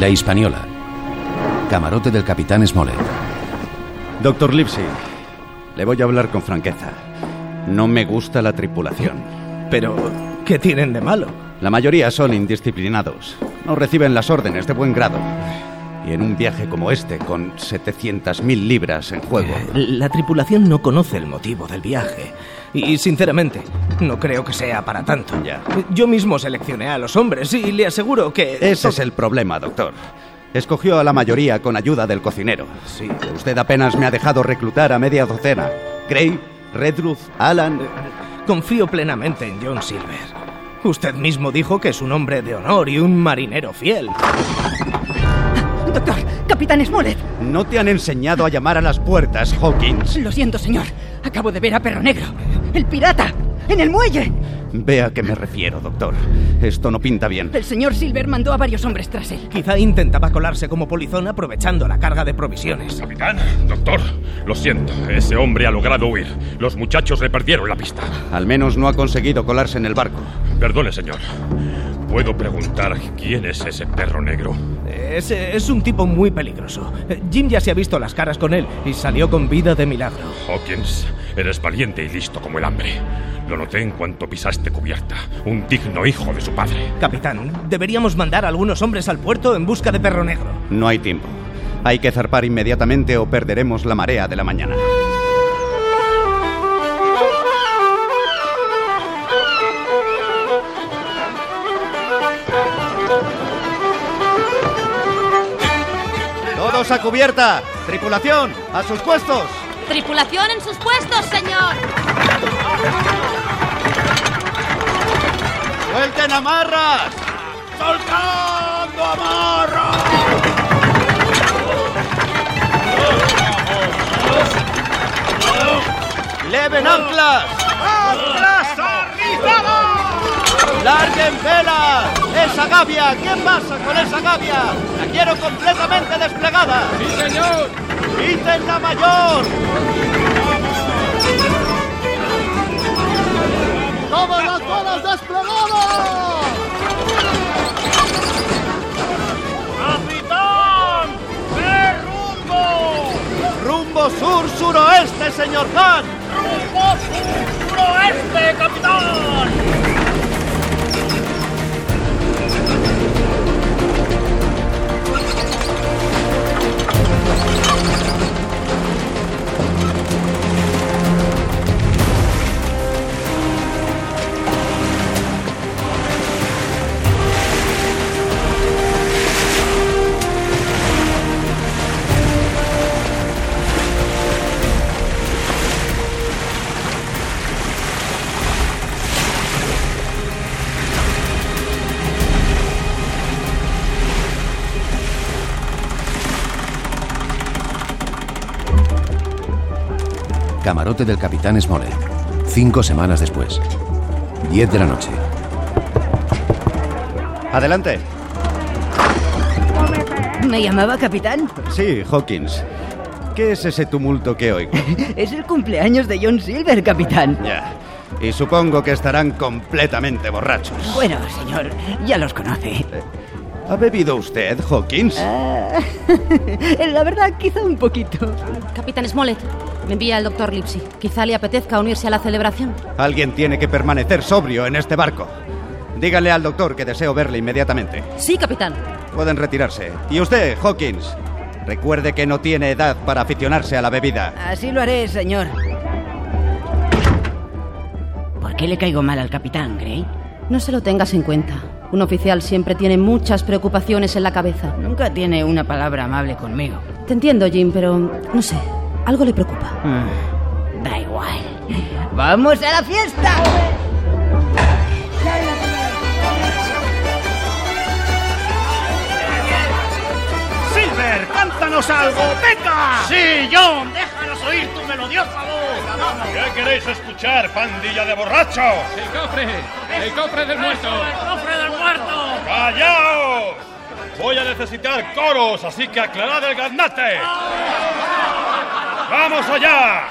La Hispaniola. Camarote del capitán Smollett. Doctor Lipsy, le voy a hablar con franqueza. No me gusta la tripulación. Pero, ¿qué tienen de malo? La mayoría son indisciplinados. No reciben las órdenes de buen grado. Y en un viaje como este, con 700.000 libras en juego. Eh, La tripulación no conoce el motivo del viaje. Y sinceramente, no creo que sea para tanto. Ya. Yo mismo seleccioné a los hombres y le aseguro que... Ese es el problema, doctor. Escogió a la mayoría con ayuda del cocinero. Sí. Usted apenas me ha dejado reclutar a media docena. Gray, Redruth, Alan. Eh, Confío plenamente en John Silver. Usted mismo dijo que es un hombre de honor y un marinero fiel. Doctor, capitán Smollett. No te han enseñado a llamar a las puertas, Hawkins. Lo siento, señor. Acabo de ver a Perro Negro. El pirata. En el muelle. Ve a qué me refiero, doctor. Esto no pinta bien. El señor Silver mandó a varios hombres tras él. Quizá intentaba colarse como polizón aprovechando la carga de provisiones. Capitán, doctor, lo siento. Ese hombre ha logrado huir. Los muchachos le perdieron la pista. Al menos no ha conseguido colarse en el barco. Perdone, señor. ¿Puedo preguntar quién es ese perro negro? Es, es un tipo muy peligroso. Eh, Jim ya se ha visto las caras con él y salió con vida de milagro. Hawkins, eres valiente y listo como el hambre. Lo noté en cuanto pisaste cubierta. Un digno hijo de su padre. Capitán, deberíamos mandar a algunos hombres al puerto en busca de Perro Negro. No hay tiempo. Hay que zarpar inmediatamente o perderemos la marea de la mañana. Todos a cubierta. Tripulación, a sus puestos. Tripulación en sus puestos, señor. ¡Suelten amarras! ¡Soltando amarras! ¡Leven anclas! ¡Anclas arrizadas! ¡Larguen velas! ¡Esa gavia! ¿Qué pasa con esa gavia? ¡La quiero completamente desplegada! ¡Sí, señor! ¡Quiten la mayor! ¡Todas las balas desplegadas! ¡Capitán! ¡Qué rumbo! ¡Rumbo sur-suroeste, señor Khan! ¡Rumbo sur-suroeste, capitán! Camarote del capitán Smollett. Cinco semanas después. 10 de la noche. Adelante. ¿Me llamaba capitán? Sí, Hawkins. ¿Qué es ese tumulto que oigo? Es el cumpleaños de John Silver, capitán. Ya. Y supongo que estarán completamente borrachos. Eh, Bueno, señor, ya los conoce. ¿Ha bebido usted, Hawkins? Ah, [LAUGHS] la verdad, quizá un poquito. Capitán Smollett, me envía el doctor Lipsy. Quizá le apetezca unirse a la celebración. Alguien tiene que permanecer sobrio en este barco. Dígale al doctor que deseo verle inmediatamente. Sí, capitán. Pueden retirarse. Y usted, Hawkins, recuerde que no tiene edad para aficionarse a la bebida. Así lo haré, señor. ¿Por qué le caigo mal al capitán, Gray? No se lo tengas en cuenta. Un oficial siempre tiene muchas preocupaciones en la cabeza. Nunca tiene una palabra amable conmigo. Te entiendo, Jim, pero no sé. Algo le preocupa. Hmm. Mm, da igual. ¡Vamos a la fiesta! ¡Silver, cántanos algo! ¡Venga! ¡Sí, John! ¡Déjanos oír tu melodiosa voz! ¿Qué queréis escuchar, pandilla de borrachos? ¡El cofre! ¡El cofre del muerto! ¡El cofre del muerto! ¡Callaos! Voy a necesitar coros, así que aclarad el gaznate. ¡Vamos allá!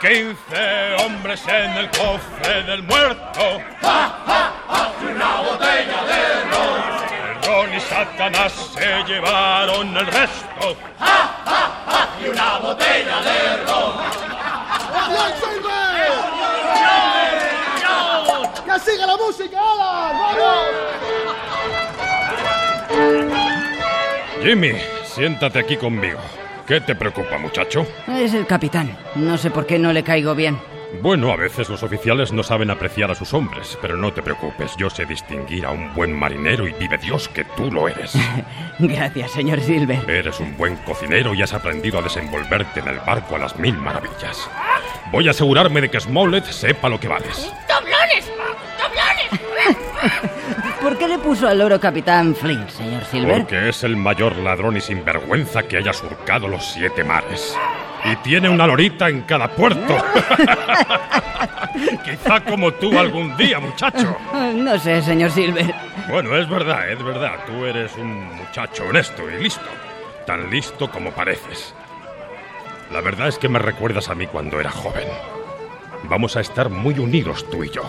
Quince hombres en el cofre del muerto. ¡Ja, ja, ja! Y una botella de ron. El Sansón y Satanás se llevaron el resto. Y una botella de ron. ¡Que siga la música, Alan! ¡Vamos! Jimmy, siéntate aquí conmigo. ¿Qué te preocupa, muchacho? Es el capitán. No sé por qué no le caigo bien. [LAUGHS] Bueno, a veces los oficiales no saben apreciar a sus hombres, pero no te preocupes, yo sé distinguir a un buen marinero y vive Dios que tú lo eres. Gracias, [LAUGHS] señor Silver. Eres un buen cocinero y has aprendido a desenvolverte en el barco a las mil maravillas. Voy a asegurarme de que Smollett sepa lo que vales. ¿Eh? ¡Doblones! ¡Doblones! ¿Por qué le puso al oro capitán Flint, señor Silver? Porque es el mayor ladrón y sinvergüenza que haya surcado los siete mares. Y tiene una lorita en cada [LAUGHS] puerto. [LAUGHS] Quizá como tú algún día, muchacho. No sé, señor Silver. Bueno, es verdad, es verdad. Tú eres un muchacho honesto y listo. Tan listo como pareces. La verdad es que me recuerdas a mí cuando era joven. Vamos a estar muy unidos tú y yo.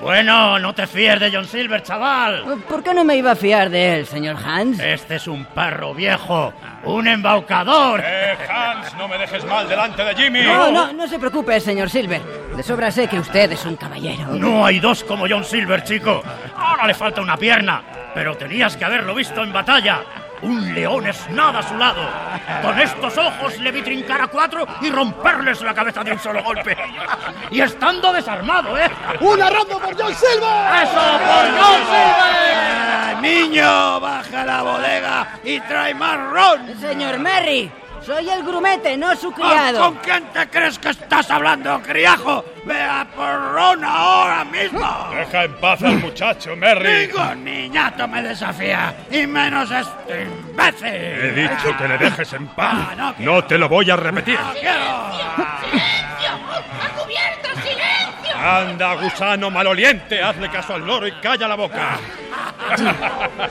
Bueno, no te fíes de John Silver, chaval. ¿Por qué no me iba a fiar de él, señor Hans? Este es un perro viejo, un embaucador. Eh, Hans, no me dejes mal delante de Jimmy. No, no, no se preocupe, señor Silver. De sobra sé que usted es un caballero. No hay dos como John Silver, chico. Ahora le falta una pierna, pero tenías que haberlo visto en batalla. Un león es nada a su lado. Con estos ojos le vi trincar a cuatro y romperles la cabeza de un solo golpe. Y estando desarmado, ¿eh? ¡Una ronda por John Silver! ¡Eso por John Silver! Eh, niño, baja la bodega y trae más ron. Señor Merry, soy el grumete, no su criado. ¿Con quién te crees que estás hablando, criajo? ¡Vea por ron ahora mismo! Deja en paz al muchacho, Merry. Ningún niñato me desafía, y menos este imbécil. He dicho que le dejes en paz. Ah, No, no No te lo voy a repetir. ¡Silencio! ¡A cubierto, silencio! Anda, gusano maloliente, hazle caso al loro y calla la boca. Jim,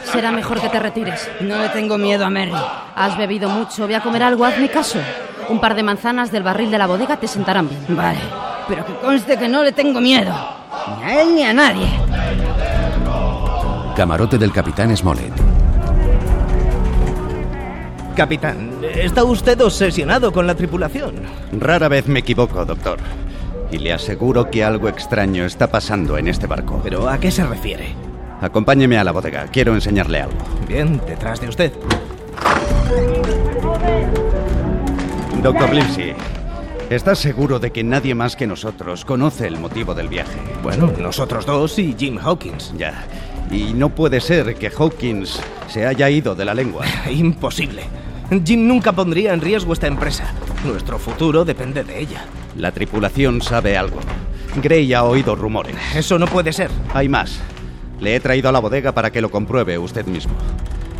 será mejor que te retires. No le tengo miedo a Merry. Has bebido mucho, voy a comer algo, hazme caso. Un par de manzanas del barril de la bodega te sentarán bien. Vale, pero que conste que no le tengo miedo. Ni a él ni a nadie. Camarote del capitán Smollett. Capitán, ¿está usted obsesionado con la tripulación? Rara vez me equivoco, doctor. Y le aseguro que algo extraño está pasando en este barco. ¿Pero ah. a qué se refiere? Acompáñeme a la bodega, quiero enseñarle algo. Bien, detrás de usted. Doctor Livesey, ¿estás seguro de que nadie más que nosotros conoce el motivo del viaje? Bueno, nosotros dos y Jim Hawkins. Ya. Y no puede ser que Hawkins se haya ido de la lengua. [LAUGHS] Imposible. Jim nunca pondría en riesgo esta empresa. Nuestro futuro depende de ella. La tripulación sabe algo. Gray ha oído rumores. Eso no puede ser. Hay más. Le he traído a la bodega para que lo compruebe usted mismo.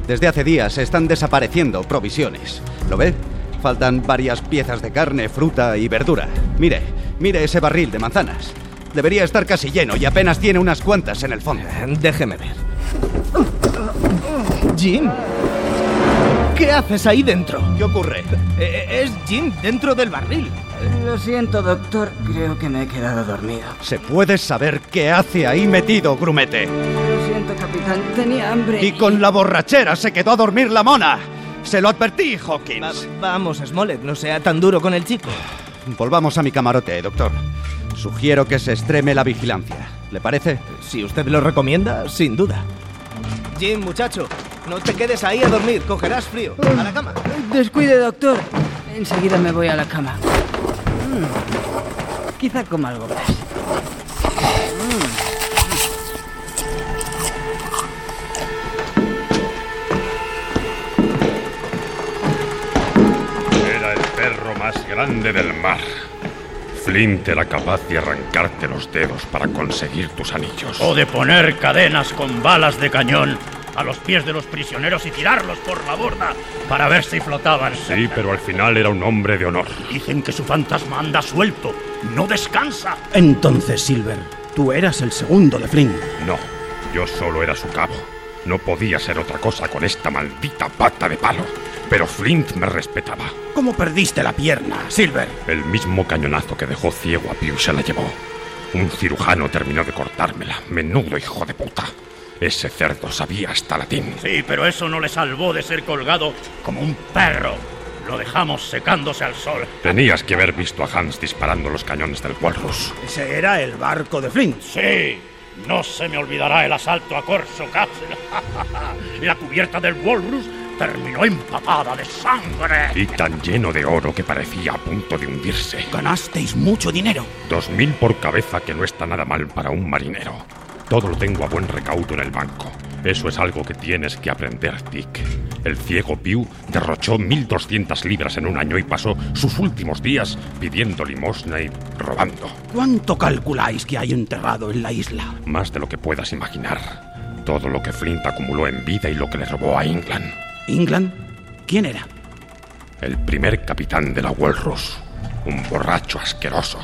Desde hace días están desapareciendo provisiones. ¿Lo ve? Faltan varias piezas de carne, fruta y verdura. Mire, mire ese barril de manzanas. Debería estar casi lleno y apenas tiene unas cuantas en el fondo. Eh, Déjeme ver. Jim. ¿Qué haces ahí dentro? ¿Qué ocurre? Eh, Es Jim dentro del barril. Lo siento, doctor. Creo que me he quedado dormido. ¿Se puede saber qué hace ahí metido, grumete? Lo siento, capitán. Tenía hambre. Y con la borrachera se quedó a dormir la mona. Se lo advertí, Va- Hawkins. vamos, Smollett, Eh, no sea tan duro con el chico. Volvamos a mi camarote, doctor. Sugiero que se extreme la vigilancia. ¿Le parece? Si usted lo recomienda, sin duda. Jim, muchacho, no te quedes ahí a dormir, cogerás frío. A la cama. Descuide, doctor. Enseguida me voy a la cama. Mm. Quizá coma algo más. Era el perro más grande del mar. Flint era capaz de arrancarte los dedos para conseguir tus anillos. O de poner cadenas con balas de cañón a los pies de los prisioneros y tirarlos por la borda para ver si flotaban. Sí, pero al final era un hombre de honor. Dicen que su fantasma anda suelto, no descansa. Entonces, Silver, tú eras el segundo de Flynn. No, yo solo era su cabo. No podía ser otra cosa con esta maldita pata de palo. Pero Flint me respetaba. ¿Cómo perdiste la pierna, Silver? El mismo cañonazo que dejó ciego a Pew se la llevó. Un cirujano terminó de cortármela. Menudo hijo de puta. Ese cerdo sabía hasta latín. Sí, pero eso no le salvó de ser colgado como un perro. Lo dejamos secándose al sol. Tenías que haber visto a Hans disparando los cañones del Walrus. Ese era el barco de Flint. Sí, no se me olvidará el asalto a Corso Castle. [LAUGHS] La cubierta del Walrus terminó empapada de sangre. Y tan lleno de oro que parecía a punto de hundirse. Ganasteis mucho dinero. Dos mil por cabeza que no está nada mal para un marinero. Todo lo tengo a buen recaudo en el banco. Eso es algo que tienes que aprender, Dick. El ciego Pew derrochó 1.200 libras en un año y pasó sus últimos días pidiendo limosna y robando. ¿Cuánto calculáis que hay enterrado en la isla? Más de lo que puedas imaginar. Todo lo que Flint acumuló en vida y lo que le robó a England. ¿England? ¿Quién era? El primer capitán de la Walrus. Un borracho asqueroso.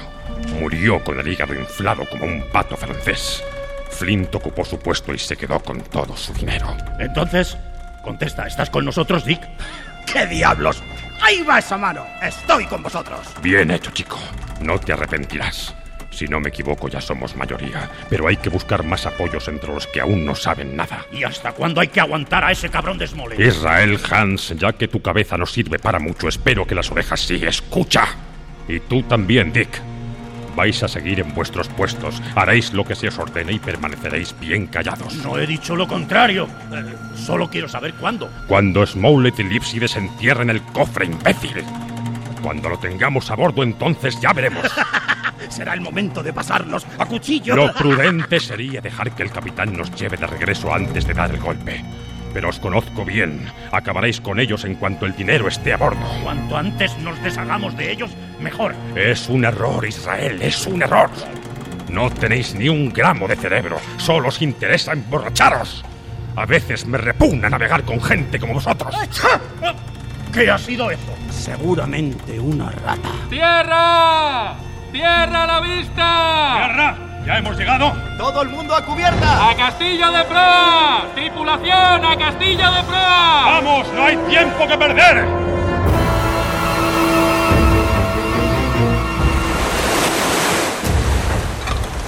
Murió con el hígado inflado como un pato francés. Flint ocupó su puesto y se quedó con todo su dinero. Entonces, contesta, ¿estás con nosotros, Dick? [LAUGHS] ¡Qué diablos! Ahí va esa mano. Estoy con vosotros. Bien hecho, chico. No te arrepentirás. Si no me equivoco, ya somos mayoría, pero hay que buscar más apoyos entre los que aún no saben nada. ¿Y hasta cuándo hay que aguantar a ese cabrón de Smollett? Israel Hans, ya que tu cabeza no sirve para mucho, espero que las orejas sí. Escucha. Y tú también, Dick. Vais a seguir en vuestros puestos, haréis lo que se os ordene y permaneceréis bien callados. No he dicho lo contrario. Eh, solo quiero saber [LAUGHS] cuándo. Cuando Smollett y Lipsy desentierren el cofre, imbécil. Cuando lo tengamos a bordo, entonces ya veremos. [LAUGHS] Será el momento de pasarnos a cuchillo. Lo prudente sería dejar que el capitán nos lleve de regreso antes de dar el golpe. Pero os conozco bien. Acabaréis con ellos en cuanto el dinero esté a bordo. Cuanto antes nos deshagamos de ellos, mejor. Es un error, Israel, es un error. No tenéis ni un gramo de cerebro. Solo os interesa emborracharos. A veces me repugna navegar con gente como vosotros. ¿Qué ha sido eso? Seguramente una rata. ¡Tierra! ¡Tierra a la vista! ¡Tierra! ¡Ya hemos llegado! ¡Todo el mundo a cubierta! ¡A Castillo de Proa! ¡Tripulación a Castillo de Proa! ¡Vamos! ¡No hay tiempo que perder!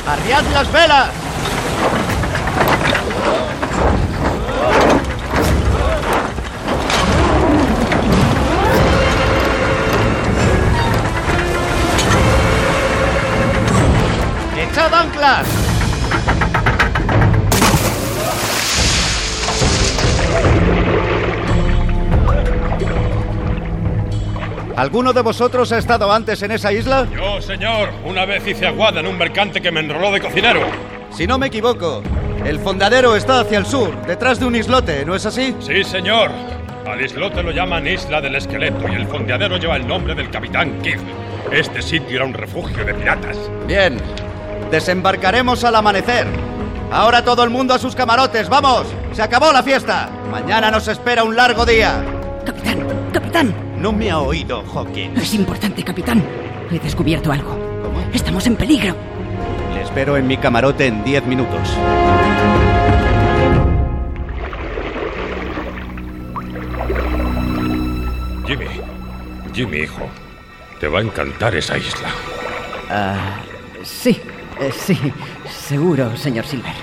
¡Arriad las velas! ¡Echad anclas! ¿Alguno de vosotros ha estado antes en esa isla? Yo, señor. Una vez hice aguada en un mercante que me enroló de cocinero. Si no me equivoco, el fondadero está hacia el sur, detrás de un islote, ¿no es así? Sí, señor. Al islote lo llaman Isla del Esqueleto y el fondeadero lleva el nombre del capitán Kidd. Este sitio era un refugio de piratas. Bien, Desembarcaremos al amanecer. Ahora todo el mundo a sus camarotes, vamos. Se acabó la fiesta. Mañana nos espera un largo día. Capitán, capitán. No me ha oído, Hawking. Es importante, capitán. He descubierto algo. ¿Cómo? Estamos en peligro. Le espero en mi camarote en diez minutos. Jimmy, Jimmy, hijo, te va a encantar esa isla. Ah, uh, sí. Eh, sí, seguro, señor Silver. Eh,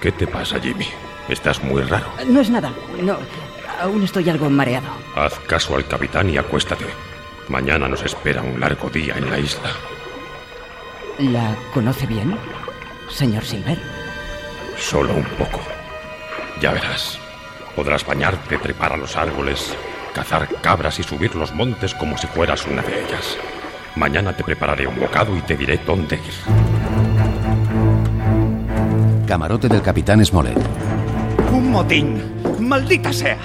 ¿Qué te pasa, Jimmy? Estás muy raro. No es nada. No, aún estoy algo mareado. Haz caso al capitán y acuéstate. Mañana nos espera un largo día en la isla. ¿La conoce bien, señor Silver? Solo un poco. Ya verás. Podrás bañarte, trepar a los árboles, cazar cabras y subir los montes como si fueras una de ellas. Mañana te prepararé un bocado y te diré dónde ir. Camarote del capitán Smollett. Un motín. Maldita sea.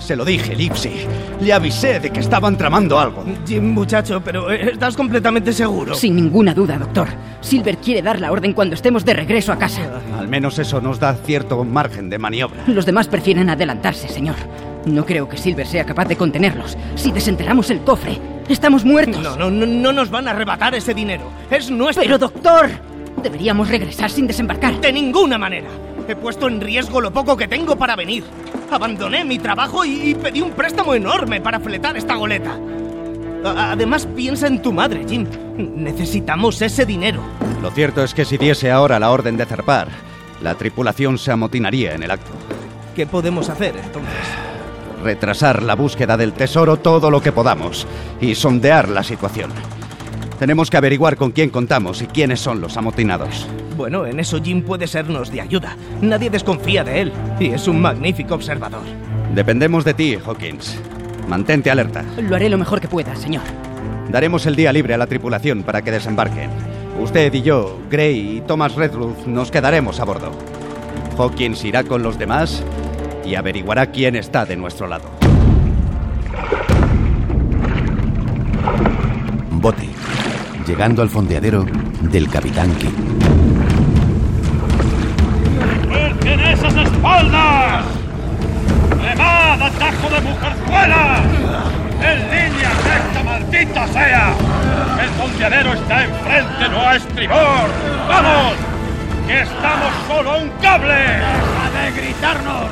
Se lo dije, Lipsy. Le avisé de que estaban tramando algo. Jim, muchacho, pero estás completamente seguro. Sin ninguna duda, doctor. Silver quiere dar la orden cuando estemos de regreso a casa. Al menos eso nos da cierto margen de maniobra. Los demás prefieren adelantarse, señor. No creo que Silver sea capaz de contenerlos. Si desenterramos el cofre, estamos muertos. No, no, no, no nos van a arrebatar ese dinero. Es nuestro. Pero, doctor, deberíamos regresar sin desembarcar. De ninguna manera. He puesto en riesgo lo poco que tengo para venir. Abandoné mi trabajo y, y pedí un préstamo enorme para fletar esta goleta. A además, piensa en tu madre, Jim. Necesitamos ese dinero. Lo cierto es que si diese ahora la orden de zarpar, La tripulación se amotinaría en el acto. ¿Qué podemos hacer entonces? Retrasar la búsqueda del tesoro todo lo que podamos y sondear la situación. Tenemos que averiguar con quién contamos y quiénes son los amotinados. Bueno, en eso Jim puede sernos de ayuda. Nadie desconfía de él y es un magnífico observador. Dependemos de ti, Hawkins. Mantente alerta. Lo haré lo mejor que pueda, señor. Daremos el día libre a la tripulación para que desembarquen. Usted y yo, Gray y Thomas Redruth, nos quedaremos a bordo. Hawkins irá con los demás y averiguará quién está de nuestro lado. Bote. Llegando al fondeadero del Capitán King. ¡Acerquen esas espaldas! ¡Remad, atajo de mujerzuelas! ¡En línea recta, maldita sea! ¡El fondeadero está enfrente, no a estribor! ¡Vamos! ¡Que estamos solo a un cable! ¡Deja de gritarnos!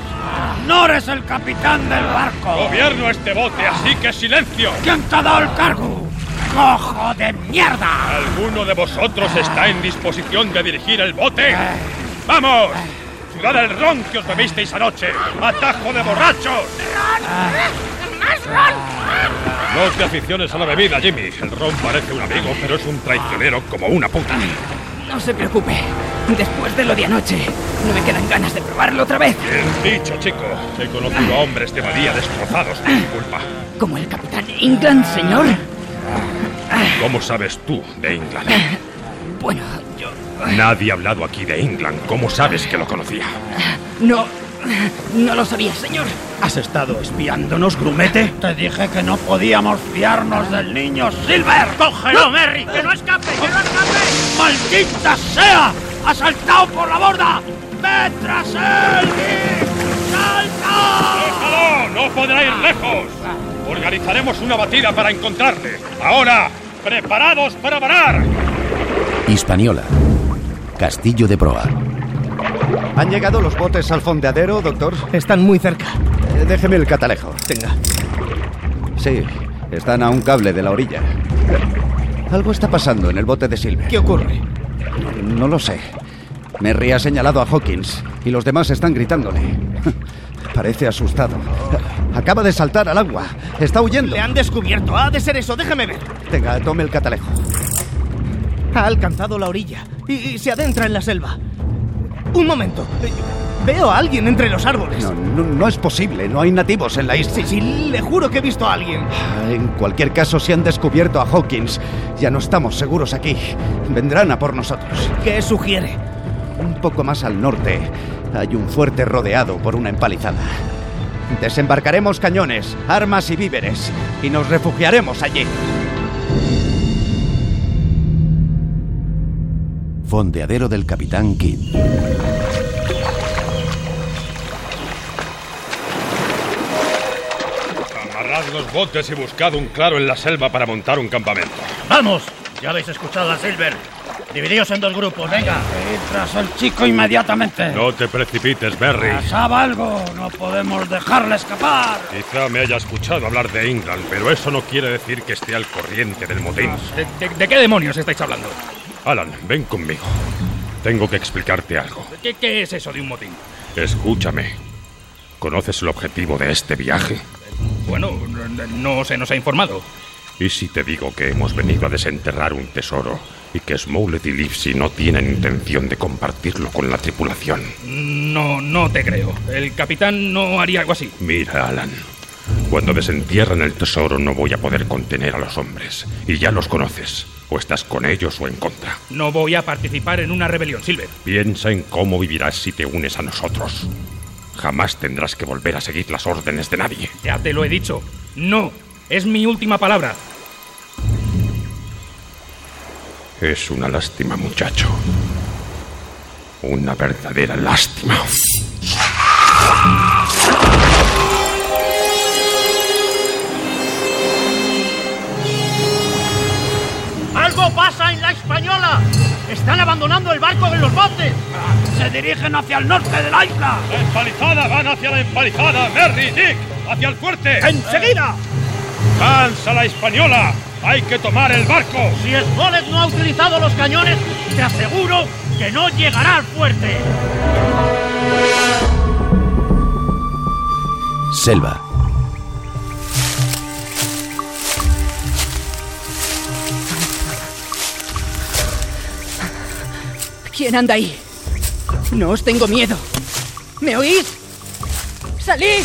¡No eres el capitán del barco! Gobierno este bote, así que silencio. ¿Quién te ha dado el cargo? ¡Cojo de mierda! ¿Alguno de vosotros está en disposición de dirigir el bote? ¡Vamos! ¡Ciudad del ron que os bebisteis anoche! ¡Atajo de borrachos! ¡Más ron! No os de aficiones a la bebida, Jimmy. El ron parece un amigo, pero es un traicionero como una puta. No se preocupe. Después de lo de anoche, no me quedan ganas de probarlo otra vez. Bien dicho, chico. He conocido a hombres de valía destrozados por mi culpa. Como el capitán England, señor. ¿Cómo sabes tú de England? Bueno, yo Nadie ha hablado aquí de England. ¿Cómo sabes que lo conocía? no. No lo sabía, señor. ¿Has estado espiándonos, grumete? Te dije que no podíamos fiarnos del niño Silver. ¡Cógelo, Merry! ¡Que no escape! ¡Que no escape! ¡Maldita sea! ¡Ha saltado por la borda! ¡Ve tras él! Dick! ¡Salta! ¡Déjalo! ¡No podrá ir lejos! Organizaremos una batida para encontrarle. Ahora, preparados para varar. Hispaniola. Castillo de proa. ¿Han llegado los botes al fondeadero, doctor? Están muy cerca. Eh, déjeme el catalejo. Tenga. Sí, están a un cable de la orilla. Algo está pasando en el bote de Silver. ¿Qué ocurre? No lo sé. Merry ha señalado a Hawkins y los demás están gritándole. [LAUGHS] Parece asustado. Acaba de saltar al agua. Está huyendo. Le han descubierto. Ha de ser eso. Déjame ver. Tenga, tome el catalejo. Ha alcanzado la orilla y, y se adentra en la selva. Un momento. Eh, Veo a alguien entre los árboles. No, no, no es posible. No hay nativos en la isla. Sí, sí, le juro que he visto a alguien. En cualquier caso, si han descubierto a Hawkins, ya no estamos seguros aquí. Vendrán a por nosotros. ¿Qué sugiere? Un poco más al norte hay un fuerte rodeado por una empalizada. Desembarcaremos cañones, armas y víveres y nos refugiaremos allí. Fondeadero del Capitán Kidd. Amarrad los botes y buscad un claro en la selva para montar un campamento. ¡Vamos! Ya habéis escuchado a Silver. Dividíos en dos grupos, venga. Y tras el chico inmediatamente. No te precipites, Berry. Pasaba algo. No podemos dejarle escapar. Quizá me haya escuchado hablar de England, pero eso no quiere decir que esté al corriente del motín. ¿De, de- de qué demonios estáis hablando? Alan, ven conmigo. Tengo que explicarte algo. ¿Qué, qué es eso de un motín? Escúchame. ¿Conoces el objetivo de este viaje? Bueno, no, no se nos ha informado. ¿Y si te digo que hemos venido a desenterrar un tesoro y que Smollett y Livesey no tienen intención de compartirlo con la tripulación? No, no te creo. El capitán no haría algo así. Mira, Alan. Cuando desentierran el tesoro no voy a poder contener a los hombres. Y ya los conoces. O estás con ellos o en contra. No voy a participar en una rebelión, Silver. Piensa en cómo vivirás si te unes a nosotros. Jamás tendrás que volver a seguir las órdenes de nadie. Ya te lo he dicho. No. Es mi última palabra. Es una lástima, muchacho. Una verdadera lástima. ¡Algo pasa en la española! ¡Están abandonando el barco en los botes! Se dirigen hacia el norte de la isla. La empalizada van hacia la empalizada. Merry, Dick, hacia el fuerte. ¡Enseguida! ¡Cansa la española! ¡Hay que tomar el barco! Si Smollett no ha utilizado los cañones, te aseguro que no llegará al fuerte. Selva. ¿Quién anda ahí? No os tengo miedo. ¿Me oís? ¡Salid!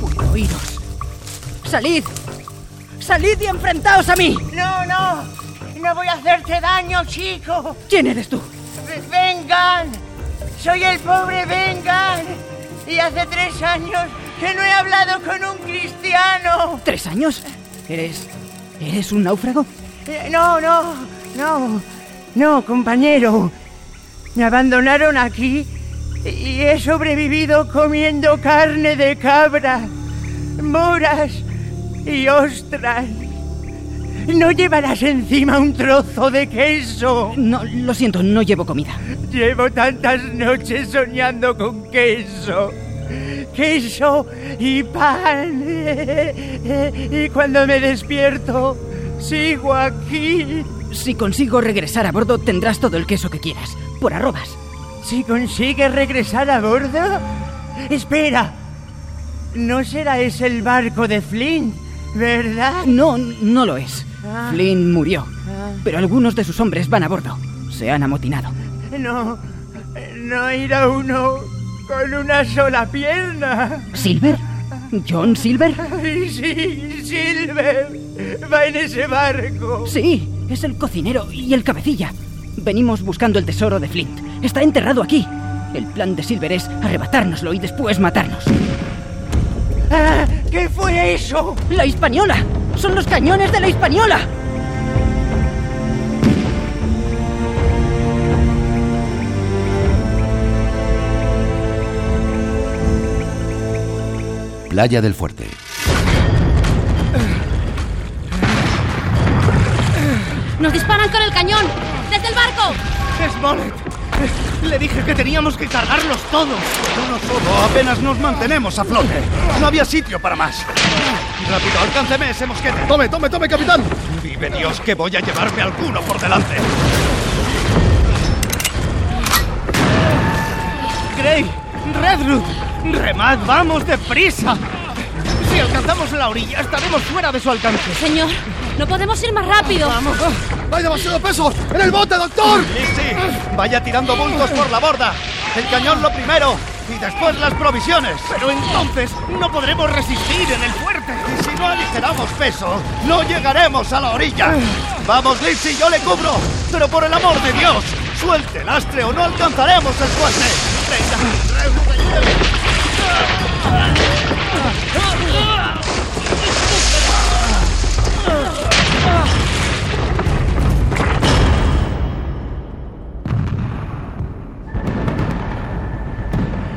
Puedo oíros. ¡Salid! ¡Salid y enfrentaos a mí! No, no. No voy a hacerte daño, chico. Pues ¿Quién eres tú? Vengan. Soy el pobre Vengan. Y hace tres años que no he hablado con un cristiano. Oh, ¿Tres años? ¿Eres. ¿Eres un náufrago? Eh, No, no, no. No, compañero. Me abandonaron aquí y he sobrevivido comiendo carne de cabra, moras y ostras. No llevarás encima un trozo de queso. No, lo siento, no llevo comida. Llevo tantas noches soñando con queso. Queso y pan. [LAUGHS] Y cuando me despierto, sigo aquí. Si consigo regresar a bordo, tendrás todo el queso que quieras. Por arrobas. Si consigues regresar a bordo... Espera. No será ese el barco de Flynn, ¿verdad? No, no lo es. Ah. Flynn murió, Ah. pero algunos de sus hombres van a bordo. Se han amotinado. No. No irá uno con una sola pierna. ¿Silver? ¿John Silver? Ay, sí, Silver. Va en ese barco. Sí, es el cocinero y el cabecilla. Venimos buscando el tesoro de Flint. Está enterrado aquí. El plan de Silver es arrebatárnoslo y después matarnos. Ah, ¿Qué fue eso? ¡La Hispaniola! ¡Son los cañones de la Hispaniola! Playa del Fuerte. ¡Nos disparan con el cañón! ¡Desde el barco! ¡Smollett! Le dije que teníamos que cargarlos todos. Uno solo, apenas nos mantenemos a flote. No había sitio para más. Rápido, alcánceme ese mosquete. Tome, tome, tome, capitán. Vive Dios que voy a llevarme alguno por delante. Grey, Redruth, remad, vamos deprisa. Si alcanzamos la orilla, estaremos fuera de su alcance. Señor, no podemos ir más rápido. Vamos. ¡Hay demasiado peso! ¡En el bote, doctor! Lizzy, vaya tirando bultos por la borda. El cañón lo primero y después las provisiones. Pero entonces no podremos resistir en el fuerte. Y si no aligeramos peso, no llegaremos a la orilla. Ah. Vamos, Lizzy, yo le cubro. Pero por el amor de Dios, suelte el astre o no alcanzaremos el fuerte.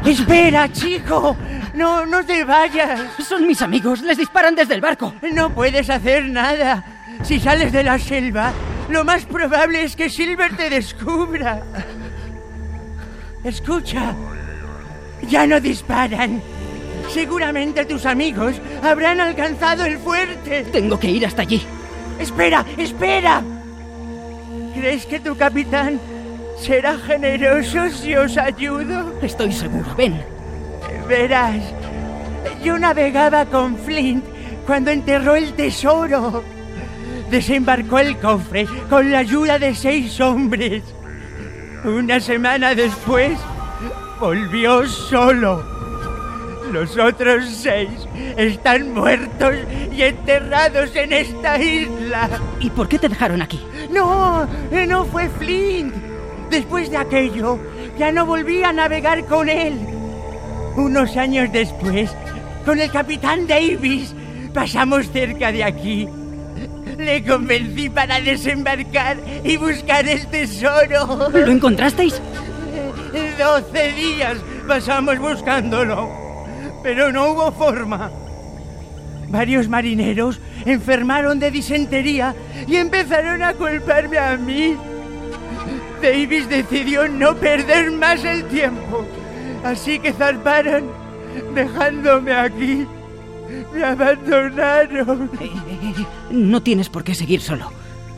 Espera, chico. No, no te vayas. Son mis amigos, les disparan desde el barco. No puedes hacer nada. Si sales de la selva, lo más probable es que Silver te descubra. Escucha. Ya no disparan. Seguramente tus amigos habrán alcanzado el fuerte. Tengo que ir hasta allí. Espera, espera. ¿Crees que tu capitán será generoso si os ayudo? Estoy seguro, ven. Verás, yo navegaba con Flint cuando enterró el tesoro. Desembarcó el cofre con la ayuda de seis hombres. Una semana después, volvió solo. Los otros seis están muertos y enterrados en esta isla. ¿Y por qué te dejaron aquí? No, eh, no fue Flint. Después de aquello, ya no volví a navegar con él. Unos años después, con el capitán Davis, pasamos cerca de aquí. Le convencí para desembarcar y buscar el tesoro. ¿Lo encontrasteis? Doce días pasamos buscándolo, pero no hubo forma. Varios marineros enfermaron de disentería y empezaron a culparme a mí. Davis decidió no perder más el tiempo, así que zarparon dejándome aquí. Me abandonaron. No tienes por qué seguir solo.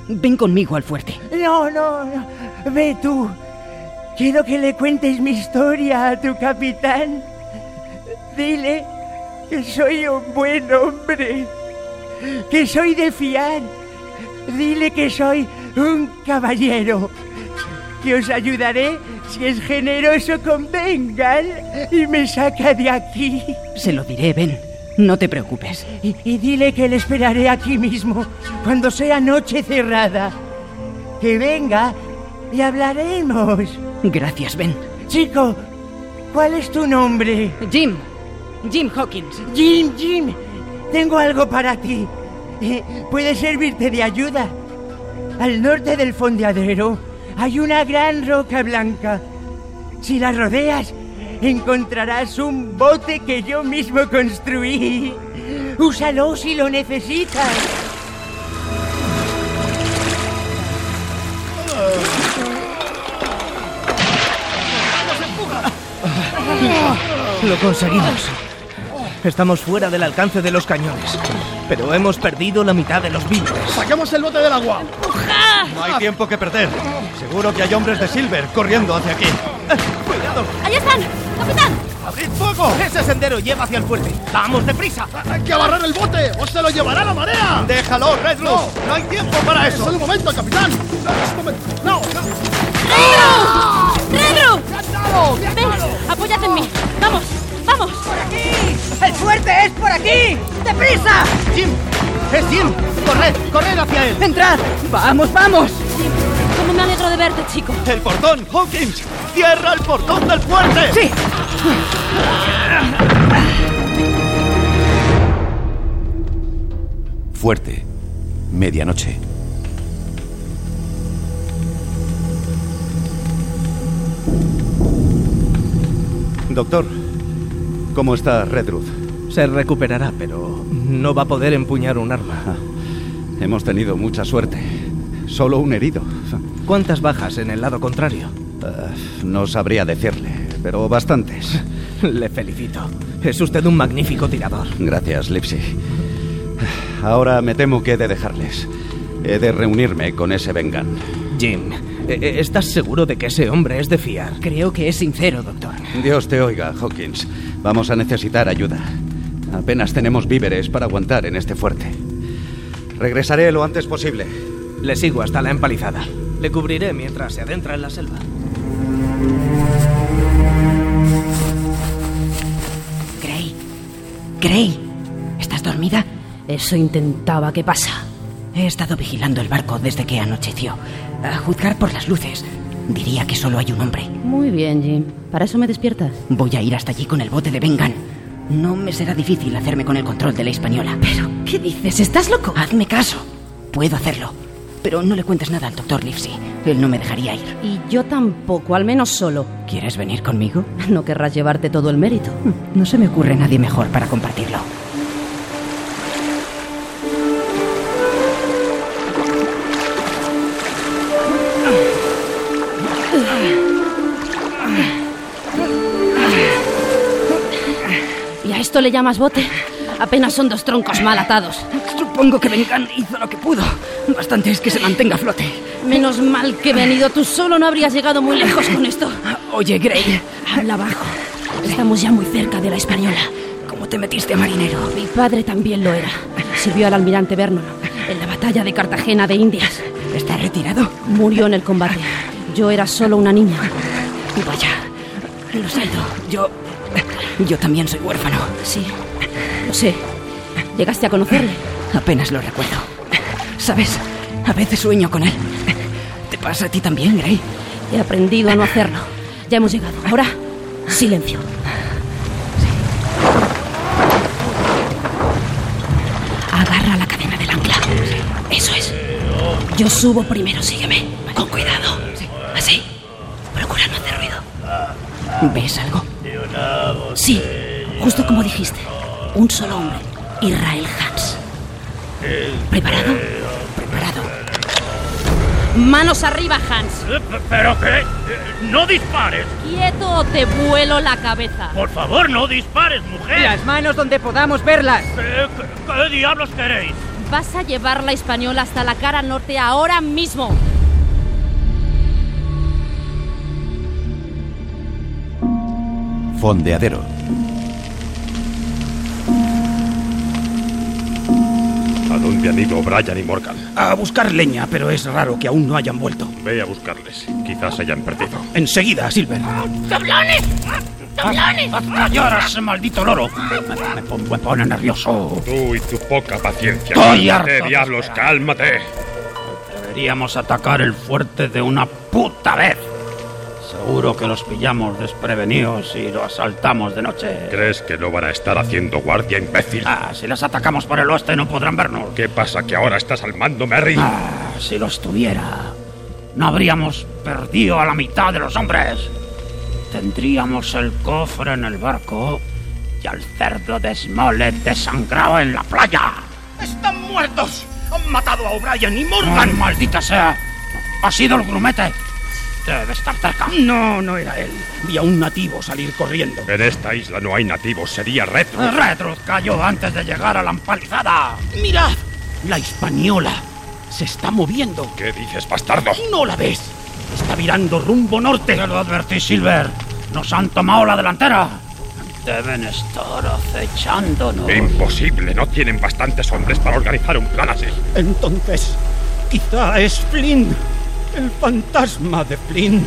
Ven conmigo al fuerte. No, no, no. Ve tú. Quiero que le cuentes mi historia a tu capitán. Dile que soy un buen hombre. Que soy de fiar. Dile que soy un caballero. Que os ayudaré si es generoso con Bengal y me saca de aquí. Se lo diré, Ben. No te preocupes. Y, y dile que le esperaré aquí mismo, cuando sea noche cerrada. Que venga y hablaremos. Gracias, Ben. Chico, ¿cuál es tu nombre? Jim. Jim Hawkins. Jim, Jim, tengo algo para ti. Eh, puede servirte de ayuda. Al norte del fondeadero hay una gran roca blanca. Si la rodeas, encontrarás un bote que yo mismo construí. Úsalo si lo necesitas. Lo conseguimos. Estamos fuera del alcance de los cañones, pero hemos perdido la mitad de los vivos. ¡Sacamos el bote del agua! No hay tiempo que Ah. perder. Seguro que hay hombres de Silver corriendo hacia aquí. ¡Cuidado! ¡Ahí están! ¡Capitán! ¡Abrid fuego! Ese sendero lleva hacia el fuerte. ¡Vamos deprisa! ¡Hay que abarrar el bote! ¡O se lo llevará la marea! ¡Déjalo, Red ¡No! ¡No hay tiempo para eso! ¡Es el momento, capitán! ¡Es el momento! ¡No! ¡Redru! ¡Redru! ¡Ven! ¡Apóyate en mí! ¡Vamos! ¡Vamos! ¡Por aquí! ¡El fuerte es por aquí! ¡Deprisa! ¡Jim! ¡Es Jim! ¡Corred! ¡Corred hacia él! ¡Entrad! ¡Vamos, vamos! Jim, cómo me alegro de verte, chico. ¡El portón, Hawkins! ¡Cierra el portón del fuerte! ¡Sí! Fuerte. Medianoche. Doctor, ¿cómo está Redruth? Se recuperará, pero no va a poder empuñar un arma. Ah, Hemos tenido mucha suerte. Solo un herido. ¿Cuántas bajas en el lado contrario? Uh, no sabría decirle, pero bastantes. Le felicito. Es usted un magnífico tirador. Gracias, Lipsy. Ahora me temo que he de dejarles. He de reunirme con ese Vengan. Jim, E-, ¿Estás seguro de que ese hombre es de fiar? Creo que es sincero, doctor. Dios te oiga, Hawkins. Vamos a necesitar ayuda. Apenas tenemos víveres para aguantar en este fuerte. Regresaré lo antes posible. Le sigo hasta la empalizada. Le cubriré mientras se adentra en la selva. Gray. Gray. ¿Estás dormida? Eso intentaba. ¿Qué pasa? He estado vigilando el barco desde que anocheció. A juzgar por las luces, diría que solo hay un hombre. Muy bien, Jim. ¿Para eso me despiertas? Voy a e ir hasta allí con el bote de Vengan. No me será difícil hacerme con el control de la española. ¿Pero qué dices? ¿Estás loco? Hazme caso. Puedo hacerlo. Pero no le cuentes nada al doctor Livesey. Él no me dejaría ir. Y yo tampoco, al menos solo. ¿Quieres venir conmigo? [LAUGHS] Hmm, No querrás llevarte todo el mérito. No se me ocurre nadie mejor para compartirlo. ¿Y a esto le llamas [LAUGHS] bote? Apenas son dos troncos mal atados. Supongo que Vengan hizo lo que pudo. Bastante es que se mantenga a flote. Menos mal que he venido. Tú solo no habrías llegado muy lejos con esto. Oye, Gray. Habla bajo. Estamos ya muy cerca de la española. ¿Cómo te metiste a marinero? Mi padre también lo era. Sirvió al almirante Vernon en la batalla de Cartagena de Indias. ¿Está retirado? Murió en el combate. Yo era solo una niña. Vaya. Lo siento. Yo. Yo también soy huérfano. Sí. Lo sé. ¿Llegaste a conocerle? Apenas lo recuerdo. ¿Sabes? A veces sueño con él. ¿Te pasa a ti también, Gray? He aprendido a no hacerlo. Ya hemos llegado. Ahora, silencio. Sí. Agarra la cadena del ancla. Eso es. Yo subo primero, sígueme. Con cuidado. Así. Procura no hacer ruido. ¿Ves algo? Sí, justo como dijiste. Un solo hombre, Israel Hans. ¿Preparado? Preparado. Manos arriba, Hans. ¿Pero qué? Eh, ¡No dispares! Quieto o te vuelo la cabeza. Por favor, no dispares, mujer. Las manos donde podamos verlas. Eh, ¿Qué, qué diablos queréis? Vas a llevar la española hasta la cara norte ahora mismo. Fondeadero. ¿A dónde han ido Brian y Morgan? A buscar leña, pero es raro que aún no hayan vuelto. Ve a buscarles. Quizás hayan perdido. Enseguida, Silver. ¡Doblones! ¡Doblones! ¡Hasta llorar ese maldito loro! Me, pongo, me pone nervioso. Tú y tu poca paciencia. Estoy cálmate, harto de diablos, cálmate. Deberíamos atacar el fuerte de una puta vez. Seguro que los pillamos desprevenidos y lo asaltamos de noche. ¿Crees que no van a estar haciendo guardia, imbécil? Ah, si las atacamos por el oeste no podrán vernos. ¿Qué pasa que ahora estás al mando, Merry? Ah, si los tuviera, no habríamos perdido a la mitad de los hombres. Tendríamos el cofre en el barco y al cerdo de Smollett desangrado en la playa. ¡Están muertos! ¡Han matado a O'Brien y Morgan! Ah, ¡Maldita sea! ¡Ha sido el grumete! Debe estar cerca. No, no era él. Vi a un nativo salir corriendo. En esta isla no hay nativos, sería retro. Redruth Ah, cayó antes de llegar a la empalizada. ¡Mirad! La española se está moviendo. ¿Qué dices, bastardo? ¿No la ves? Está virando rumbo norte. Te lo advertí, Silver. Nos han tomado la delantera. Deben estar acechándonos. Imposible, no tienen bastantes hombres para organizar un plan así. Entonces, quizá es Flynn. El fantasma de Flynn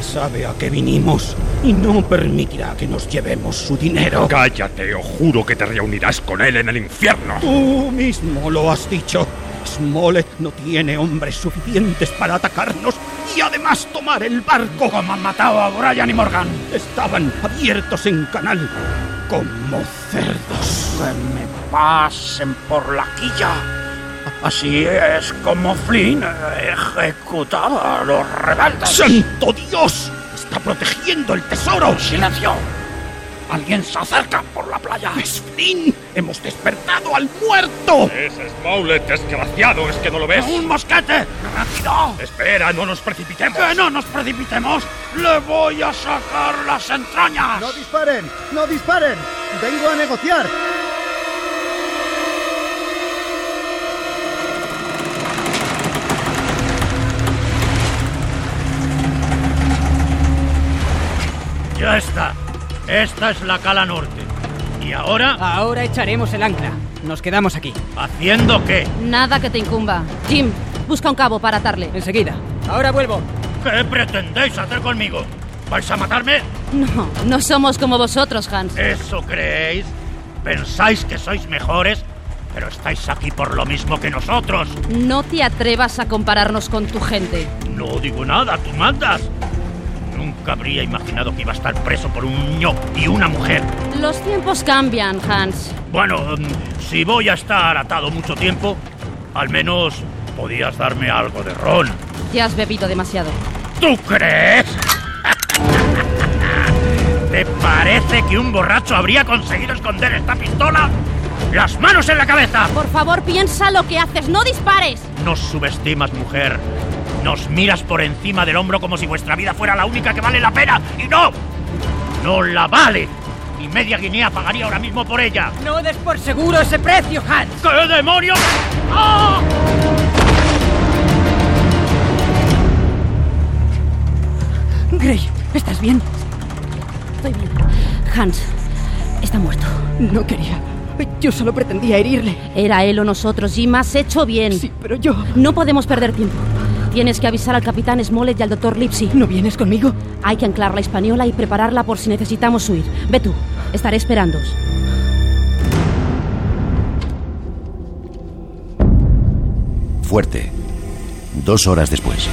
sabe a qué vinimos y no permitirá que nos llevemos su dinero. Cállate o juro que te reunirás con él en el infierno. Tú mismo lo has dicho. Smollett no tiene hombres suficientes para atacarnos y además tomar el barco. Como han matado a Brian y Morgan. Estaban abiertos en canal como cerdos. Que me pasen por la quilla. Así es como Flynn ejecutaba a los rebeldes. ¡Santo Dios! ¡Está protegiendo el tesoro! ¡Silencio! Alguien se acerca por la playa. ¡Es Flynn! ¡Hemos despertado al muerto! ¡Es Smollett, desgraciado! ¿Es que no lo ves? ¡Un mosquete! ¡Rápido! ¡Espera, no nos precipitemos! ¡Que no nos precipitemos! ¡Le voy a sacar las entrañas! ¡No disparen! ¡No disparen! ¡Vengo a negociar! Ya está. Esta es la cala norte. ¿Y ahora? Ahora echaremos el ancla. Nos quedamos aquí. ¿Haciendo qué? Nada que te incumba. Jim, busca un cabo para atarle. Enseguida. Ahora vuelvo. ¿Qué pretendéis hacer conmigo? ¿Vais a matarme? No, no somos como vosotros, Hans. ¿Eso creéis? ¿Pensáis que sois mejores? Pero estáis aquí por lo mismo que nosotros. No te atrevas a compararnos con tu gente. No digo nada, tú mandas. Nunca habría imaginado que iba a estar preso por un ño y una mujer. Los tiempos cambian, Hans. Bueno, em, si voy a estar atado mucho tiempo, al menos podías darme algo de ron. Ya has bebido demasiado. ¿Tú crees? ¿Te parece que un borracho habría conseguido esconder esta pistola? ¡Las manos en la cabeza! Por favor, piensa lo que haces, no dispares. Nos subestimas, mujer. Nos miras por encima del hombro como si vuestra vida fuera la única que vale la pena. ¡Y no! ¡No la vale! Y media guinea pagaría ahora mismo por ella. No des por seguro ese precio, Hans. ¡Qué demonios! ¡Ah! Gray, ¿estás bien? Estoy bien. Hans está muerto. No quería. Yo solo pretendía herirle. Era él o nosotros, Jim. Has hecho bien. Sí, pero yo... No podemos perder tiempo. Tienes que avisar al capitán Smollett y al doctor Lipsy. ¿No vienes conmigo? Hay que anclar la española y prepararla por si necesitamos huir. Ve tú, estaré esperándoos. Fuerte. Dos horas después.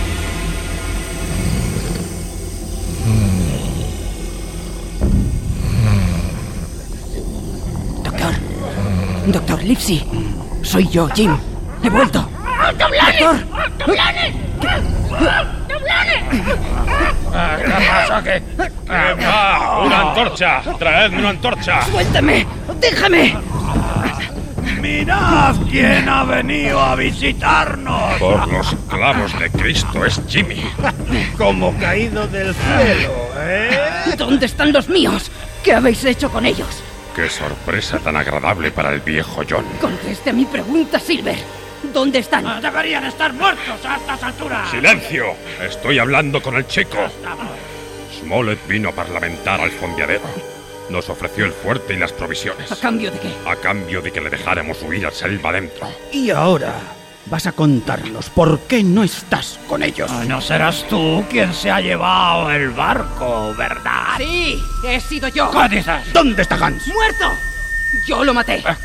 Doctor. Doctor Lipsy. Soy yo, Jim. He vuelto. ¡Doblones! Doctor. ¡Doblones! ¡Doblones! Ah, ¿Qué pasa? ¿Qué? Ah, ¿Qué va? ¡Una antorcha! ¡Traedme una antorcha! ¡Suéltame! ¡Déjame! ¡Mirad ¿Quién ha venido a visitarnos? Por los clavos de Cristo es Jimmy. Como caído del cielo, ¿eh? ¿Dónde están los míos? ¿Qué habéis hecho con ellos? Qué sorpresa tan agradable para el viejo John. Conteste a mi pregunta, Silver. ¿Dónde están? Ah, Deberían estar muertos a estas alturas. Ah. ¡Silencio! Estoy hablando con el chico. Smollett vino a parlamentar al fondeadero. Nos ofreció el fuerte y las provisiones. ¿A cambio de qué? A cambio de que le dejáramos huir a selva adentro. Y ahora vas a contarnos por qué no estás con ellos. No serás tú quien se ha llevado el barco, ¿verdad? Sí, he sido yo. ¿Qué dices? ¿Dónde está Hans? ¡Muerto! Yo lo maté. Ah,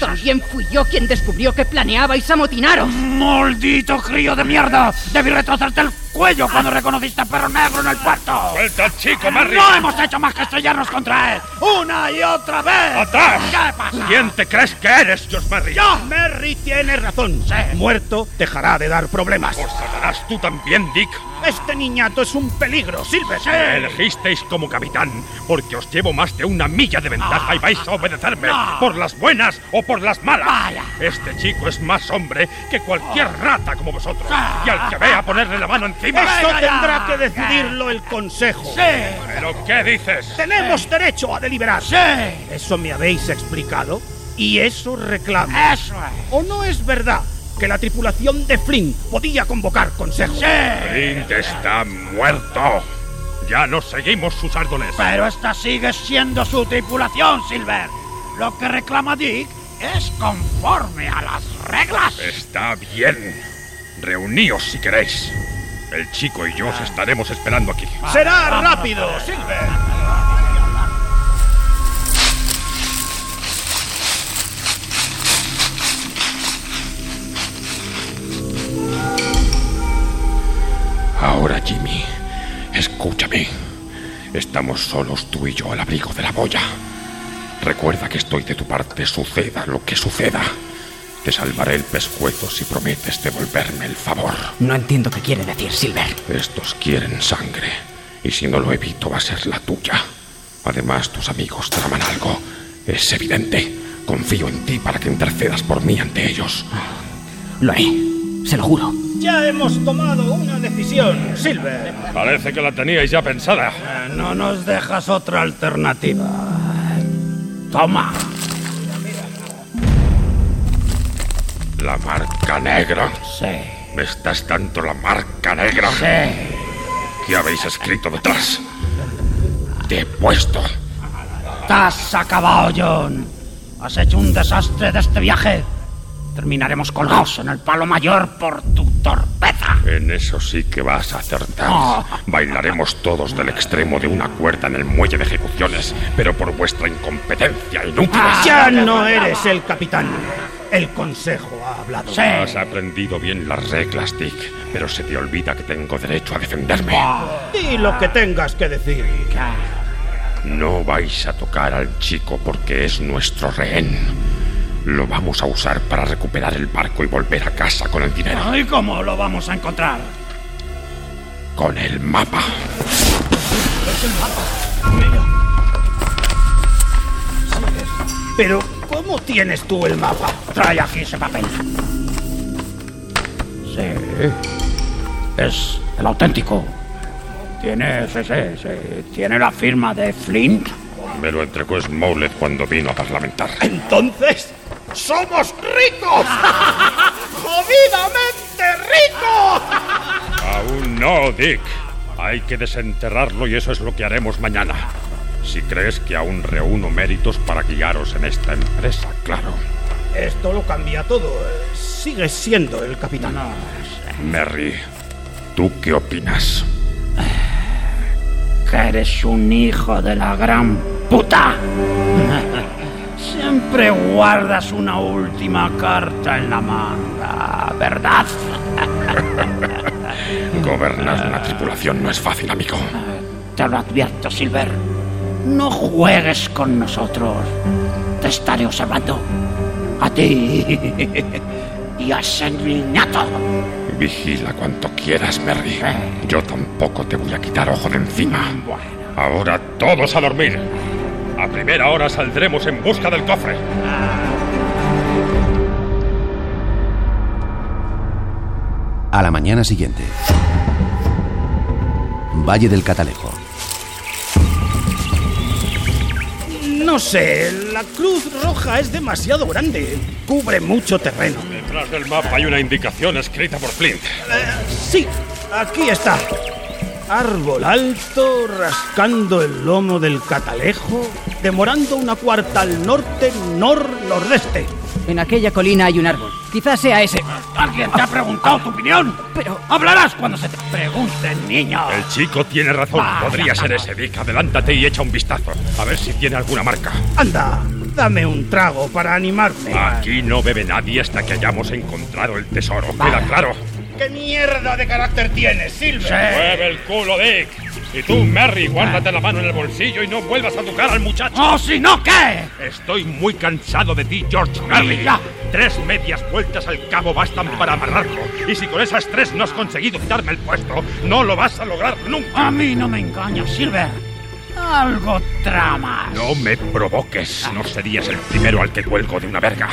También fui yo quien descubrió que planeabais amotinaros. ¡Maldito crío de mierda! Debí retrocerte el cuello cuando reconociste a Perro Negro en el puerto. ¡Suelta al chico, Marry! ¡No hemos hecho más que estrellarnos contra él! ¡Una y otra vez! ¡Atrás! ¿Qué pasa? ¿Quién te crees que eres, George Marry? ¡Yo! Merry tiene razón. Muerto dejará de dar problemas. ¡Por Satanás, tú también, Dick! Este niñato es un peligro, Silver. Me elegisteis como capitán porque os llevo más de una milla de ventaja y vais a obedecerme por las buenas o por las malas. Este chico es más hombre que cualquier Oh. rata como vosotros. Y al Ah. que vea ponerle la mano encima... Esto tendrá que decidirlo el Consejo. ¿Pero qué dices? Tenemos derecho a deliberar. Eso me habéis explicado y eso reclamo. Eso es. ¿O no es verdad que la tripulación de Flynn podía convocar Consejo? Flint está muerto. Ya no seguimos sus árboles. Pero esta sigue siendo su tripulación, Silver. Lo que reclama Dick es conforme a las reglas. Está bien. Reuníos si queréis. El chico y yo os estaremos esperando aquí. Será rápido, Silver. Ahora, Jimmy, escúchame. Estamos solos tú y yo al abrigo de la boya. Recuerda que estoy de tu parte, suceda lo que suceda. Te salvaré el pescuezo si prometes devolverme el favor. No entiendo qué quiere decir, Silver. Estos quieren sangre, y si no lo evito va a ser la tuya. Además, tus amigos traman algo. Es evidente. Confío en ti para que intercedas por mí ante ellos. Lo haré. Se lo juro. Ya hemos tomado una decisión, Silver. Parece que la teníais ya pensada. Eh, No nos dejas otra alternativa. Toma. La marca negra. Sí. ¿Me estás dando la marca negra? Sí. ¿Qué habéis escrito detrás? Te he puesto. Te has acabado, John. Has hecho un desastre de este viaje. Terminaremos colgados en el palo mayor por tu torpeza. En eso sí que vas a acertar. [LAUGHS] Bailaremos todos del extremo de una cuerda en el muelle de ejecuciones, pero por vuestra incompetencia Ah, inútiles. Ya no eres el capitán. El Consejo ha hablado. Has aprendido bien las reglas, Dick, pero se te olvida que tengo derecho a defenderme. Di lo que tengas que decir. No vais a tocar al chico porque es nuestro rehén. Lo vamos a usar para recuperar el barco y volver a casa con el dinero. ¿Y cómo lo vamos a encontrar? Con el mapa. Pero, ¿cómo tienes tú el mapa? Trae aquí ese papel. Sí. Es el auténtico. Tiene, sí, sí, sí, Tiene la firma de Flint. Me lo entregó Smollett cuando vino a parlamentar. Entonces, somos ricos. [LAUGHS] Jodidamente ricos. Aún no, Dick. Hay que desenterrarlo y eso es lo que haremos mañana. Si crees que aún reúno méritos para guiaros en esta empresa, claro. Esto lo cambia todo. Sigues siendo el capitán. Merry, ¿tú qué opinas? Que eres un hijo de la gran puta. Siempre guardas una última carta en la manga, ¿verdad? Gobernar una tripulación no es fácil, amigo. Te lo advierto, Silver. No juegues con nosotros. Te estaré observando. A ti. y a ese niñato. Vigila cuanto quieras, Merry. Yo tampoco te voy a quitar ojo de encima. Ahora todos a dormir. A primera hora saldremos en busca del cofre. la mañana siguiente. Valle del Catalejo. No sé, la cruz roja es demasiado grande. Cubre mucho terreno. Detrás del mapa hay una indicación escrita por Flint. Sí, aquí está. Árbol alto, rascando el lomo del catalejo, demorando una cuarta al norte, nor-nordeste. En aquella colina hay un árbol. Quizás sea ese. ¿Alguien te ha preguntado tu opinión? Pero hablarás cuando se te pregunten, niño. El chico tiene razón. Ah. Podría ser ese, Dick. Adelántate y echa un vistazo. A ver si tiene alguna marca. Anda, dame un trago para animarme. Aquí no bebe nadie hasta que hayamos encontrado el tesoro. Queda claro. ¿Qué mierda de carácter tienes, Silver? Mueve el culo, Dick. Y tú, Merry, guárdate la mano en el bolsillo y no vuelvas a tocar al muchacho. ¡Oh, si no, qué! Estoy muy cansado de ti, George Merry. Ya. Tres medias vueltas al cabo bastan para amarrarlo. Y si con esas tres no has conseguido quitarme el puesto, no lo vas a lograr nunca. A mí no me engañas, Silver. Algo tramas. No me provoques. No serías el primero al que cuelgo de una verga.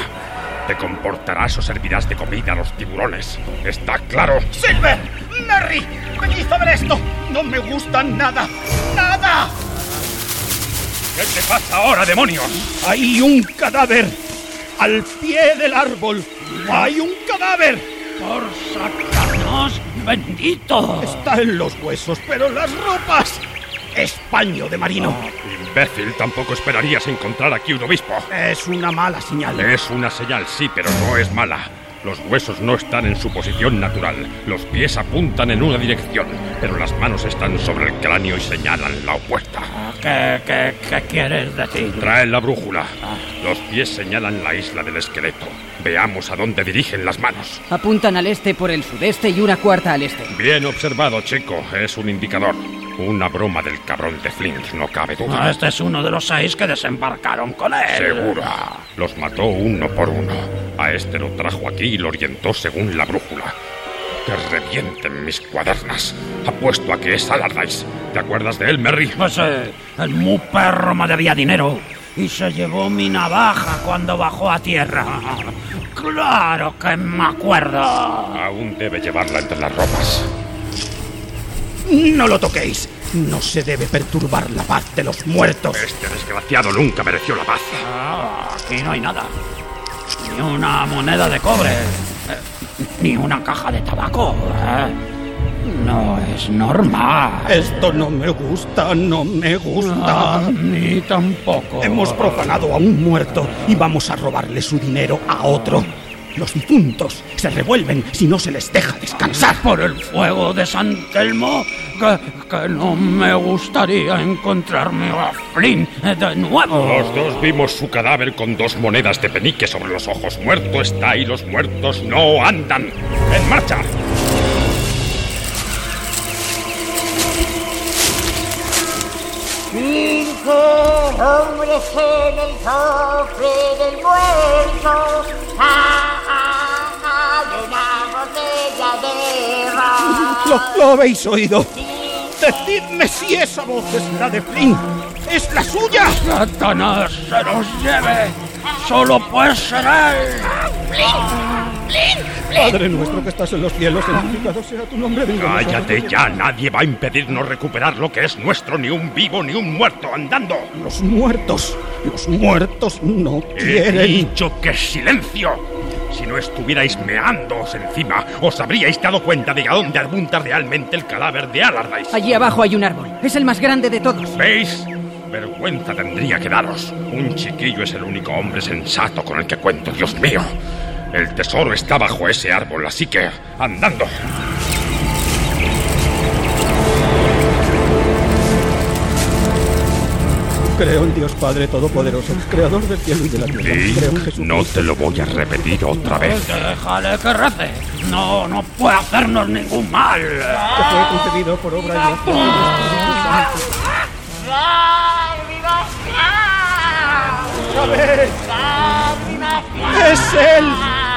Te comportarás o servirás de comida a los tiburones. ¿Está claro? ¡Silver! ¡Merry! ¡Venid a ver esto! ¡No me gusta nada! ¡Nada! ¿Qué te pasa ahora, demonios? Hay un cadáver al pie del árbol. Hay un cadáver. Por Satanás bendito. Está en los huesos, pero las ropas. Españo de marino. Imbécil, tampoco esperarías encontrar aquí un obispo. Es una mala señal. Es una señal, sí, pero no es mala. Los huesos no están en su posición natural. Los pies apuntan en una dirección, pero las manos están sobre el cráneo y señalan la opuesta. ¿Qué, qué, qué quieres decir? Ah. Trae la brújula. Los pies señalan la isla del esqueleto. Veamos a dónde dirigen las manos. Apuntan al este por el sudeste y una cuarta al este. Bien observado, chico. Es un indicador. Una broma del cabrón de Flint, no cabe duda. Ah, Este es uno de los seis que desembarcaron con él. Seguro. Los mató uno por uno. A este lo trajo aquí y lo orientó según la brújula. Que revienten mis cuadernas. Apuesto a que es Allardyce. ¿Te acuerdas de él, Merry? Pues eh, el mu perro me debía dinero y se llevó mi navaja cuando bajó a tierra. Claro que me acuerdo. Aún debe llevarla entre las ropas. No lo toquéis. No se debe perturbar la paz de los muertos. Este desgraciado nunca mereció la paz. Ah, aquí no hay nada. Ni una moneda de cobre. eh, Ni una caja de tabaco. eh. No es normal. Esto no me gusta, no me gusta. ni tampoco. Hemos profanado a un muerto y vamos a robarle su dinero a otro. Los difuntos se revuelven si no se les deja descansar. Por el fuego de San Telmo, que, que no me gustaría encontrarme a Flynn eh, de nuevo. Los dos vimos su cadáver con dos monedas de penique sobre los ojos. Muerto está y los muertos no andan. ¡En marcha! Cinco hombres en el cofre del muerto Ah, han una botella de ron. Lo, lo habéis oído. Decidme si esa voz es la de Flynn. ¡Es la suya! Satanás se los lleve. Solo pues será él. Padre nuestro que estás en los cielos, santificado sea tu nombre. venga a nosotros Cállate ya, nadie va a impedirnos recuperar lo que es nuestro, ni un vivo ni un muerto, andando. Los muertos, los muertos no He quieren. dicho que silencio. Si no estuvierais meándoos encima, os habríais dado cuenta de a dónde apunta realmente el cadáver de Allardyce. Allí abajo hay un árbol. Es el más grande de todos. ¿Veis? Vergüenza tendría que daros. Un chiquillo es el único hombre sensato con el que cuento, Dios mío. El tesoro está bajo ese árbol, así que andando. Creo en Dios Padre Todopoderoso, creador del cielo y de la tierra. Creo en Dick, Jesús. no te lo voy a repetir otra vez. Déjale que rece. No, no puede hacernos ningún mal. que fue concebido por obra y gracia del Espíritu Santo. ¡Es él!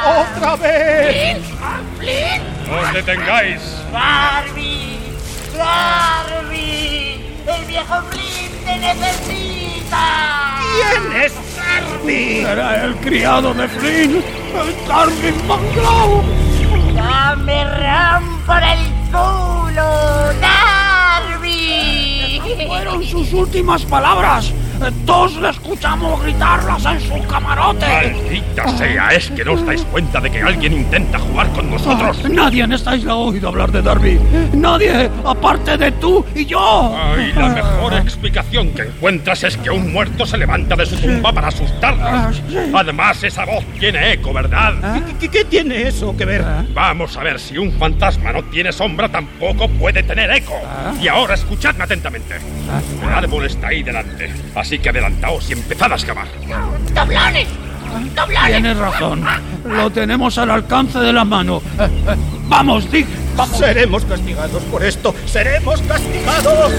¡Otra vez! ¡No os detengáis! Barbie, Barbie, el viejo Flynn te necesita. ¿Quién es Harvey? Era el criado de Flynn, el Darwin Mangrove. Barbie, me rompo el culo, Darby. Fueron sus últimas palabras. Eh, Todos le escuchamos gritarlas en su camarote. Maldita sea, es que no os dais cuenta de que alguien intenta jugar con nosotros. Ah, Nadie en esta isla ha oído hablar de Darby. Nadie, aparte de tú y yo. Y la mejor explicación que encuentras es que un muerto se levanta de su tumba para asustarnos. Además, esa voz tiene eco, ¿verdad? ¿Qué, qué tiene eso que ver? Ah. Vamos a ver si un fantasma no tiene sombra, tampoco puede tener eco. Y ahora escuchadme atentamente. El árbol está ahí delante, así que adelantaos y empezad a excavar. ¡Doblones! ¡Doblones! Tienes razón. Lo tenemos al alcance de la mano. Eh, eh, Vamos, Dick. Vamos. Seremos castigados por esto. Seremos castigados.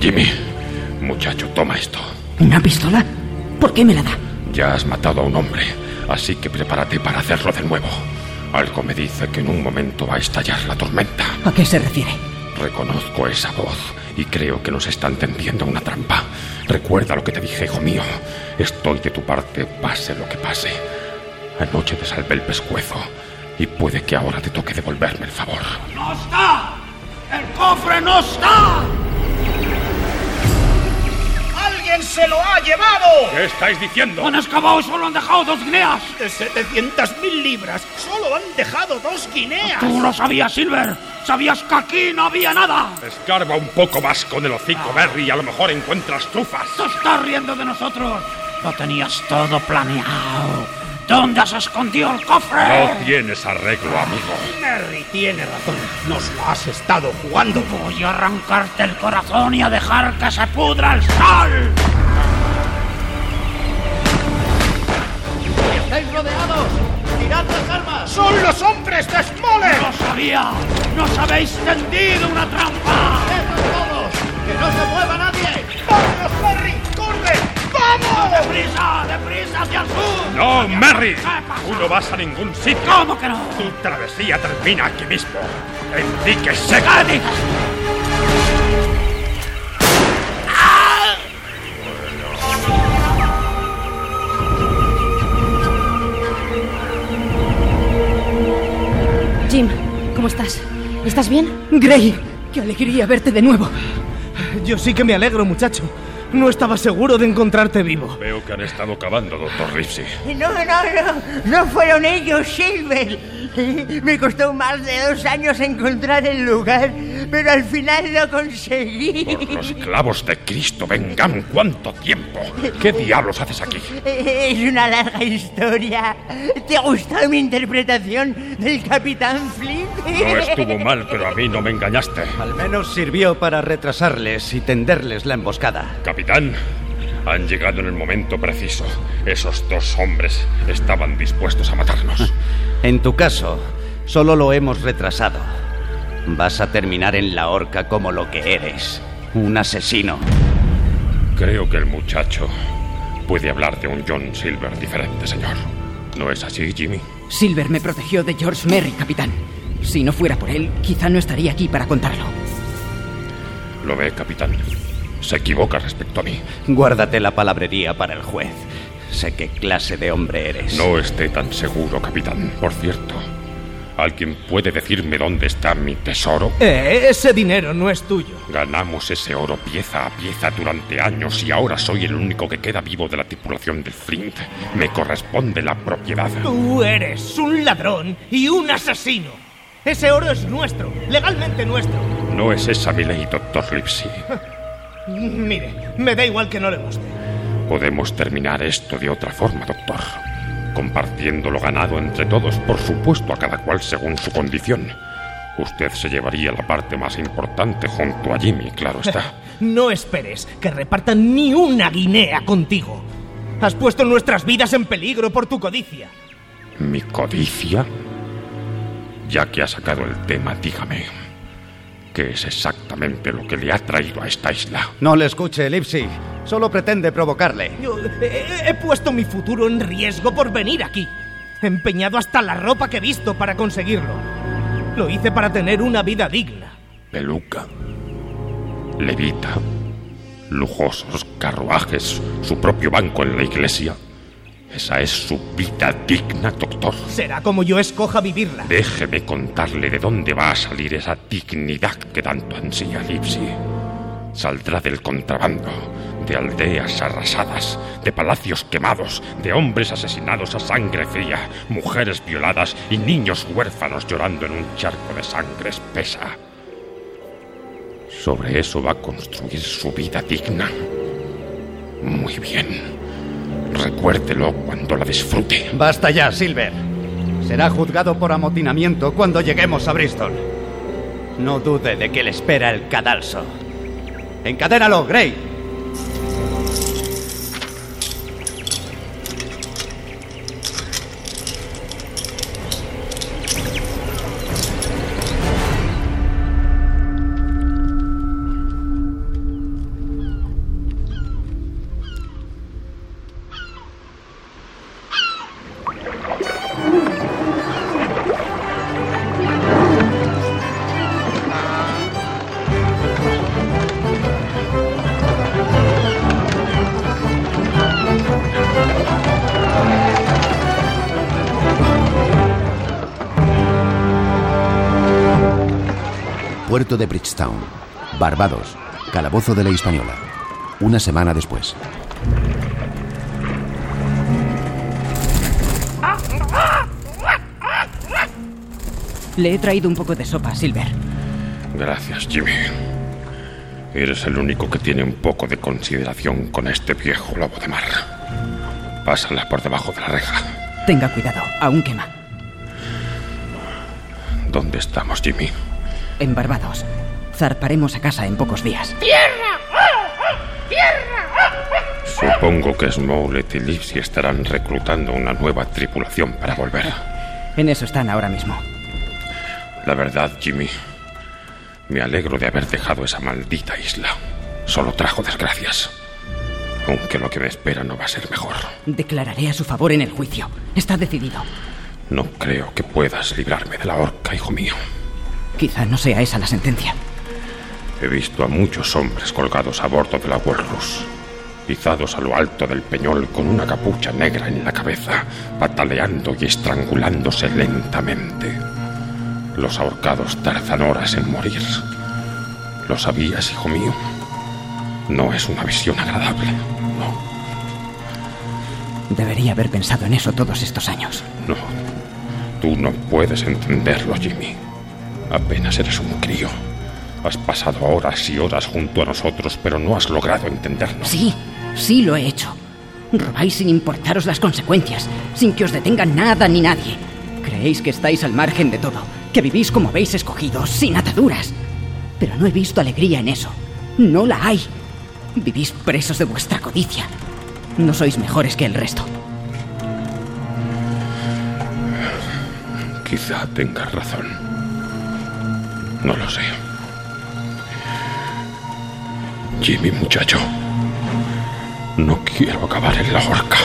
Jimmy, muchacho, toma esto. ¿Una pistola? ¿Por qué me la da? Ya has matado a un hombre, así que prepárate para hacerlo de nuevo. Algo me dice que en un momento va a estallar la tormenta. ¿A qué se refiere? Reconozco esa voz y creo que nos están tendiendo una trampa. Recuerda lo que te dije, hijo mío. Estoy de tu parte, pase lo que pase. Anoche te salvé el pescuezo y puede que ahora te toque devolverme el favor. ¡No está! ¡El cofre no está! ¡Alguien se lo ha llevado! ¿Qué estáis diciendo? Han excavado y solo han dejado dos guineas. De 700.000 libras, solo han dejado dos guineas. Tú lo sabías, Silver. Sabías que aquí no había nada. Escarba un poco más con el hocico, Berry, y a lo mejor encuentras trufas. Te estás riendo de nosotros. Lo tenías todo planeado. ¿Dónde has escondido el cofre? No tienes arreglo, amigo. Merry tiene razón. Nos lo has estado jugando. Voy a arrancarte el corazón y a dejar que se pudra el sol. ¡Estáis rodeados! ¡Tirad las armas! ¡Son los hombres de Smoller! ¡Lo sabía! ¡Nos habéis tendido una trampa! ¡Quietos todos! ¡Que no se mueva nadie! ¡Vámonos, Merry! ¡Corre! ¡Vamos! ¡Deprisa! ¡Deprisa hacia el sur! No, Merry. Tú no vas a ningún sitio. ¿Cómo que no? Tu travesía termina aquí mismo. Enríquese. ¿Qué dices? Jim, ¿cómo estás? ¿Estás bien? Gray, qué alegría verte de nuevo. Yo sí que me alegro, muchacho. No estaba seguro de encontrarte vivo. Veo que han estado cavando, doctor Ripsey. No, no, no, no fueron ellos, Silver. Me costó más de dos años encontrar el lugar, pero al final lo Por los conseguí. clavos de Cristo, vengan, ¿cuánto tiempo? ¿Qué diablos haces aquí? Es una larga historia. ¿Te ha gustado mi interpretación del Capitán Flint? No estuvo mal, pero a mí no me engañaste. Al menos sirvió para retrasarles y tenderles la emboscada. Capitán, han llegado en el momento preciso. Esos dos hombres estaban dispuestos a matarnos. En tu caso, solo lo hemos retrasado. Vas a terminar en la horca como lo que eres, un asesino. Creo que el muchacho puede hablar de un John Silver diferente, señor. ¿No es así, Jimmy? Silver me protegió de George Merry, capitán. Si no fuera por él, quizá no estaría aquí para contarlo. Lo ve, capitán. Se equivoca respecto a mí. Guárdate la palabrería para el juez. Sé qué clase de hombre eres. No esté tan seguro, capitán. Por cierto, ¿alguien puede decirme dónde está mi tesoro? Eh, ese dinero no es tuyo. Ganamos ese oro pieza a pieza durante años y ahora soy el único que queda vivo de la tripulación del Flint. Me corresponde la propiedad. Tú eres un ladrón y un asesino. Ese oro es nuestro, legalmente nuestro. No es esa mi ley, doctor Lipsy. Mire, me da igual que no le guste. Podemos terminar esto de otra forma, doctor. Compartiendo lo ganado entre todos, por supuesto, a cada cual según su condición. Usted se llevaría la parte más importante junto a Jimmy, claro está. [LAUGHS] No esperes que repartan ni una guinea contigo. Has puesto nuestras vidas en peligro por tu codicia. ¿Mi codicia? Ya que ha sacado el tema, dígame. ¿Qué es exactamente lo que le ha traído a esta isla? No le escuche, Lipsy. Solo pretende provocarle. Yo eh, he, he puesto mi futuro en riesgo por venir aquí. He empeñado hasta la ropa que he visto para conseguirlo. Lo hice para tener una vida digna. Peluca. Levita. lujosos carruajes, su propio banco en la iglesia. Esa es su vida digna, doctor. Será como yo escoja vivirla. Déjeme contarle de dónde va a salir esa dignidad que tanto ansía Lipsy. Saldrá del contrabando, de aldeas arrasadas, de palacios quemados, de hombres asesinados a sangre fría, mujeres violadas y niños huérfanos llorando en un charco de sangre espesa. Sobre eso va a construir su vida digna. Muy bien. Recuérdelo cuando la disfrute. Basta ya, Silver. Será juzgado por amotinamiento cuando lleguemos a Bristol. No dude de que le espera el cadalso. ¡Encadénalo, Gray! Puerto de Bridgetown, Barbados, Calabozo de la Hispaniola. Una semana después. Le he traído un poco de sopa, Silver. Gracias, Jimmy. Eres el único que tiene un poco de consideración con este viejo lobo de mar. Pásala por debajo de la reja. Tenga cuidado, aún quema. ¿Dónde estamos, Jimmy? En Barbados. Zarparemos a casa en pocos días. ¡Tierra! ¡Tierra! Supongo que Smollett y Lipsy estarán reclutando una nueva tripulación para volver. En eso están ahora mismo. La verdad, Jimmy, me alegro de haber dejado esa maldita isla. Solo trajo desgracias. Aunque lo que me espera no va a ser mejor. Declararé a su favor en el juicio. Está decidido. No creo que puedas librarme de la horca, hijo mío. Quizá no sea esa la sentencia. He visto a muchos hombres colgados a bordo de la Walrus, izados a lo alto del peñol con una capucha negra en la cabeza, pataleando y estrangulándose lentamente. Los ahorcados tardan horas en morir. Lo sabías, hijo mío. No es una visión agradable. Debería haber pensado en eso todos estos años. No. Tú no puedes entenderlo, Jimmy. Apenas eres un crío. Has pasado horas y horas junto a nosotros, pero no has logrado entendernos. Sí, sí lo he hecho. Robáis sin importaros las consecuencias, sin que os detenga nada ni nadie. Creéis que estáis al margen de todo, que vivís como habéis escogido, sin ataduras. Pero no he visto alegría en eso. No la hay. Vivís presos de vuestra codicia. No sois mejores que el resto. Quizá tengas razón. No lo sé. Jimmy, muchacho. No quiero acabar en la horca.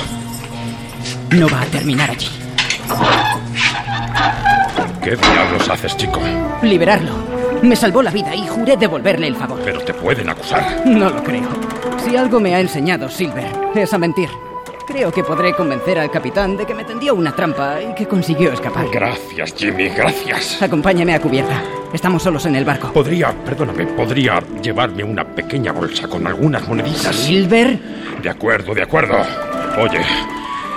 No va a terminar allí. ¿Qué diablos haces, chico? Liberarlo. Me salvó la vida y juré devolverle el favor. Pero te pueden acusar. No lo creo. Si algo me ha enseñado Silver, es a mentir. Creo que podré convencer al capitán de que me tendió una trampa y que consiguió escapar. Gracias, Jimmy, gracias. Acompáñame a cubierta. Estamos solos en el barco. Podría, perdóname, podría llevarme una pequeña bolsa con algunas moneditas. ¿Silver? De acuerdo, de acuerdo. Oye,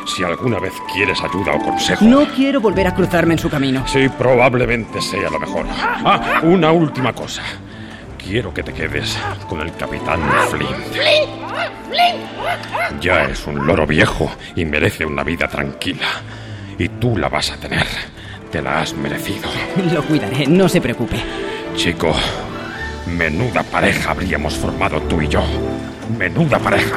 si alguna vez quieres ayuda o consejo. No quiero volver a cruzarme en su camino. Sí, probablemente sea lo mejor. Ah, una última cosa. Quiero que te quedes con el capitán Flint. ¡Flint! ¡Flint! Ya es un loro viejo y merece una vida tranquila. Y tú la vas a tener. Te la has merecido. [LAUGHS] Lo cuidaré, no se preocupe. Chico, menuda pareja habríamos formado tú y yo. Menuda pareja.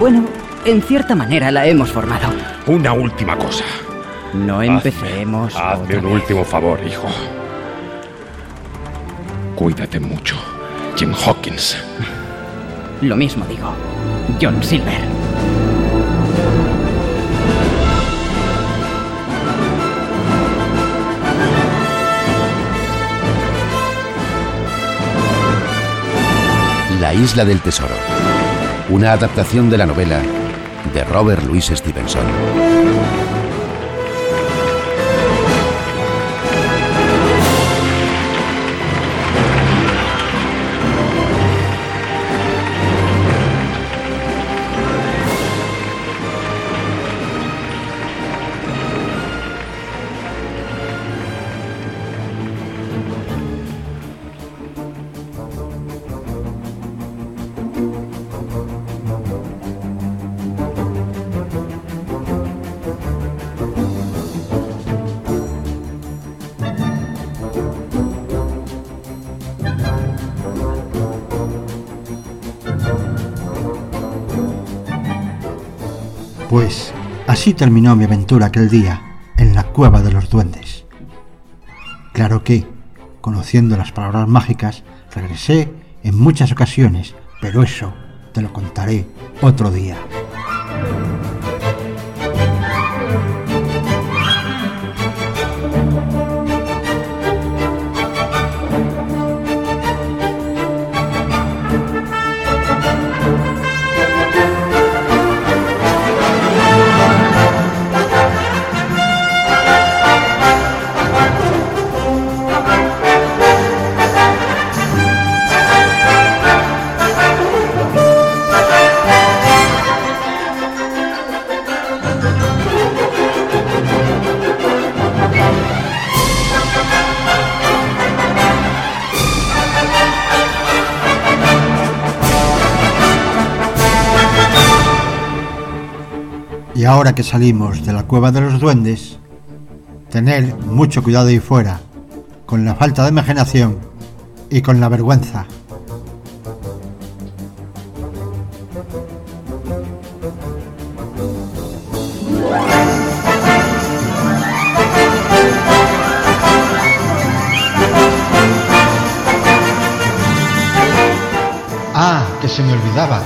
Bueno, en cierta manera la hemos formado. Una última cosa. No empecemos. Hazme otra un vez. último favor, hijo. Cuídate mucho, Jim Hawkins. Lo mismo digo. John Silver. La isla del tesoro. Una adaptación de la novela de Robert Louis Stevenson. Pues así terminó mi aventura aquel día en la cueva de los duendes. Claro que, conociendo las palabras mágicas, regresé en muchas ocasiones, pero eso te lo contaré otro día. Y ahora que salimos de la cueva de los duendes, tener mucho cuidado ahí fuera, con la falta de imaginación y con la vergüenza. Ah, que se me olvidaba,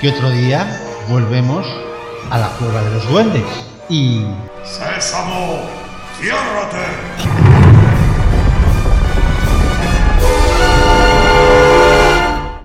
que otro día volvemos a la cueva de los duendes y Sésamo, ciérrate.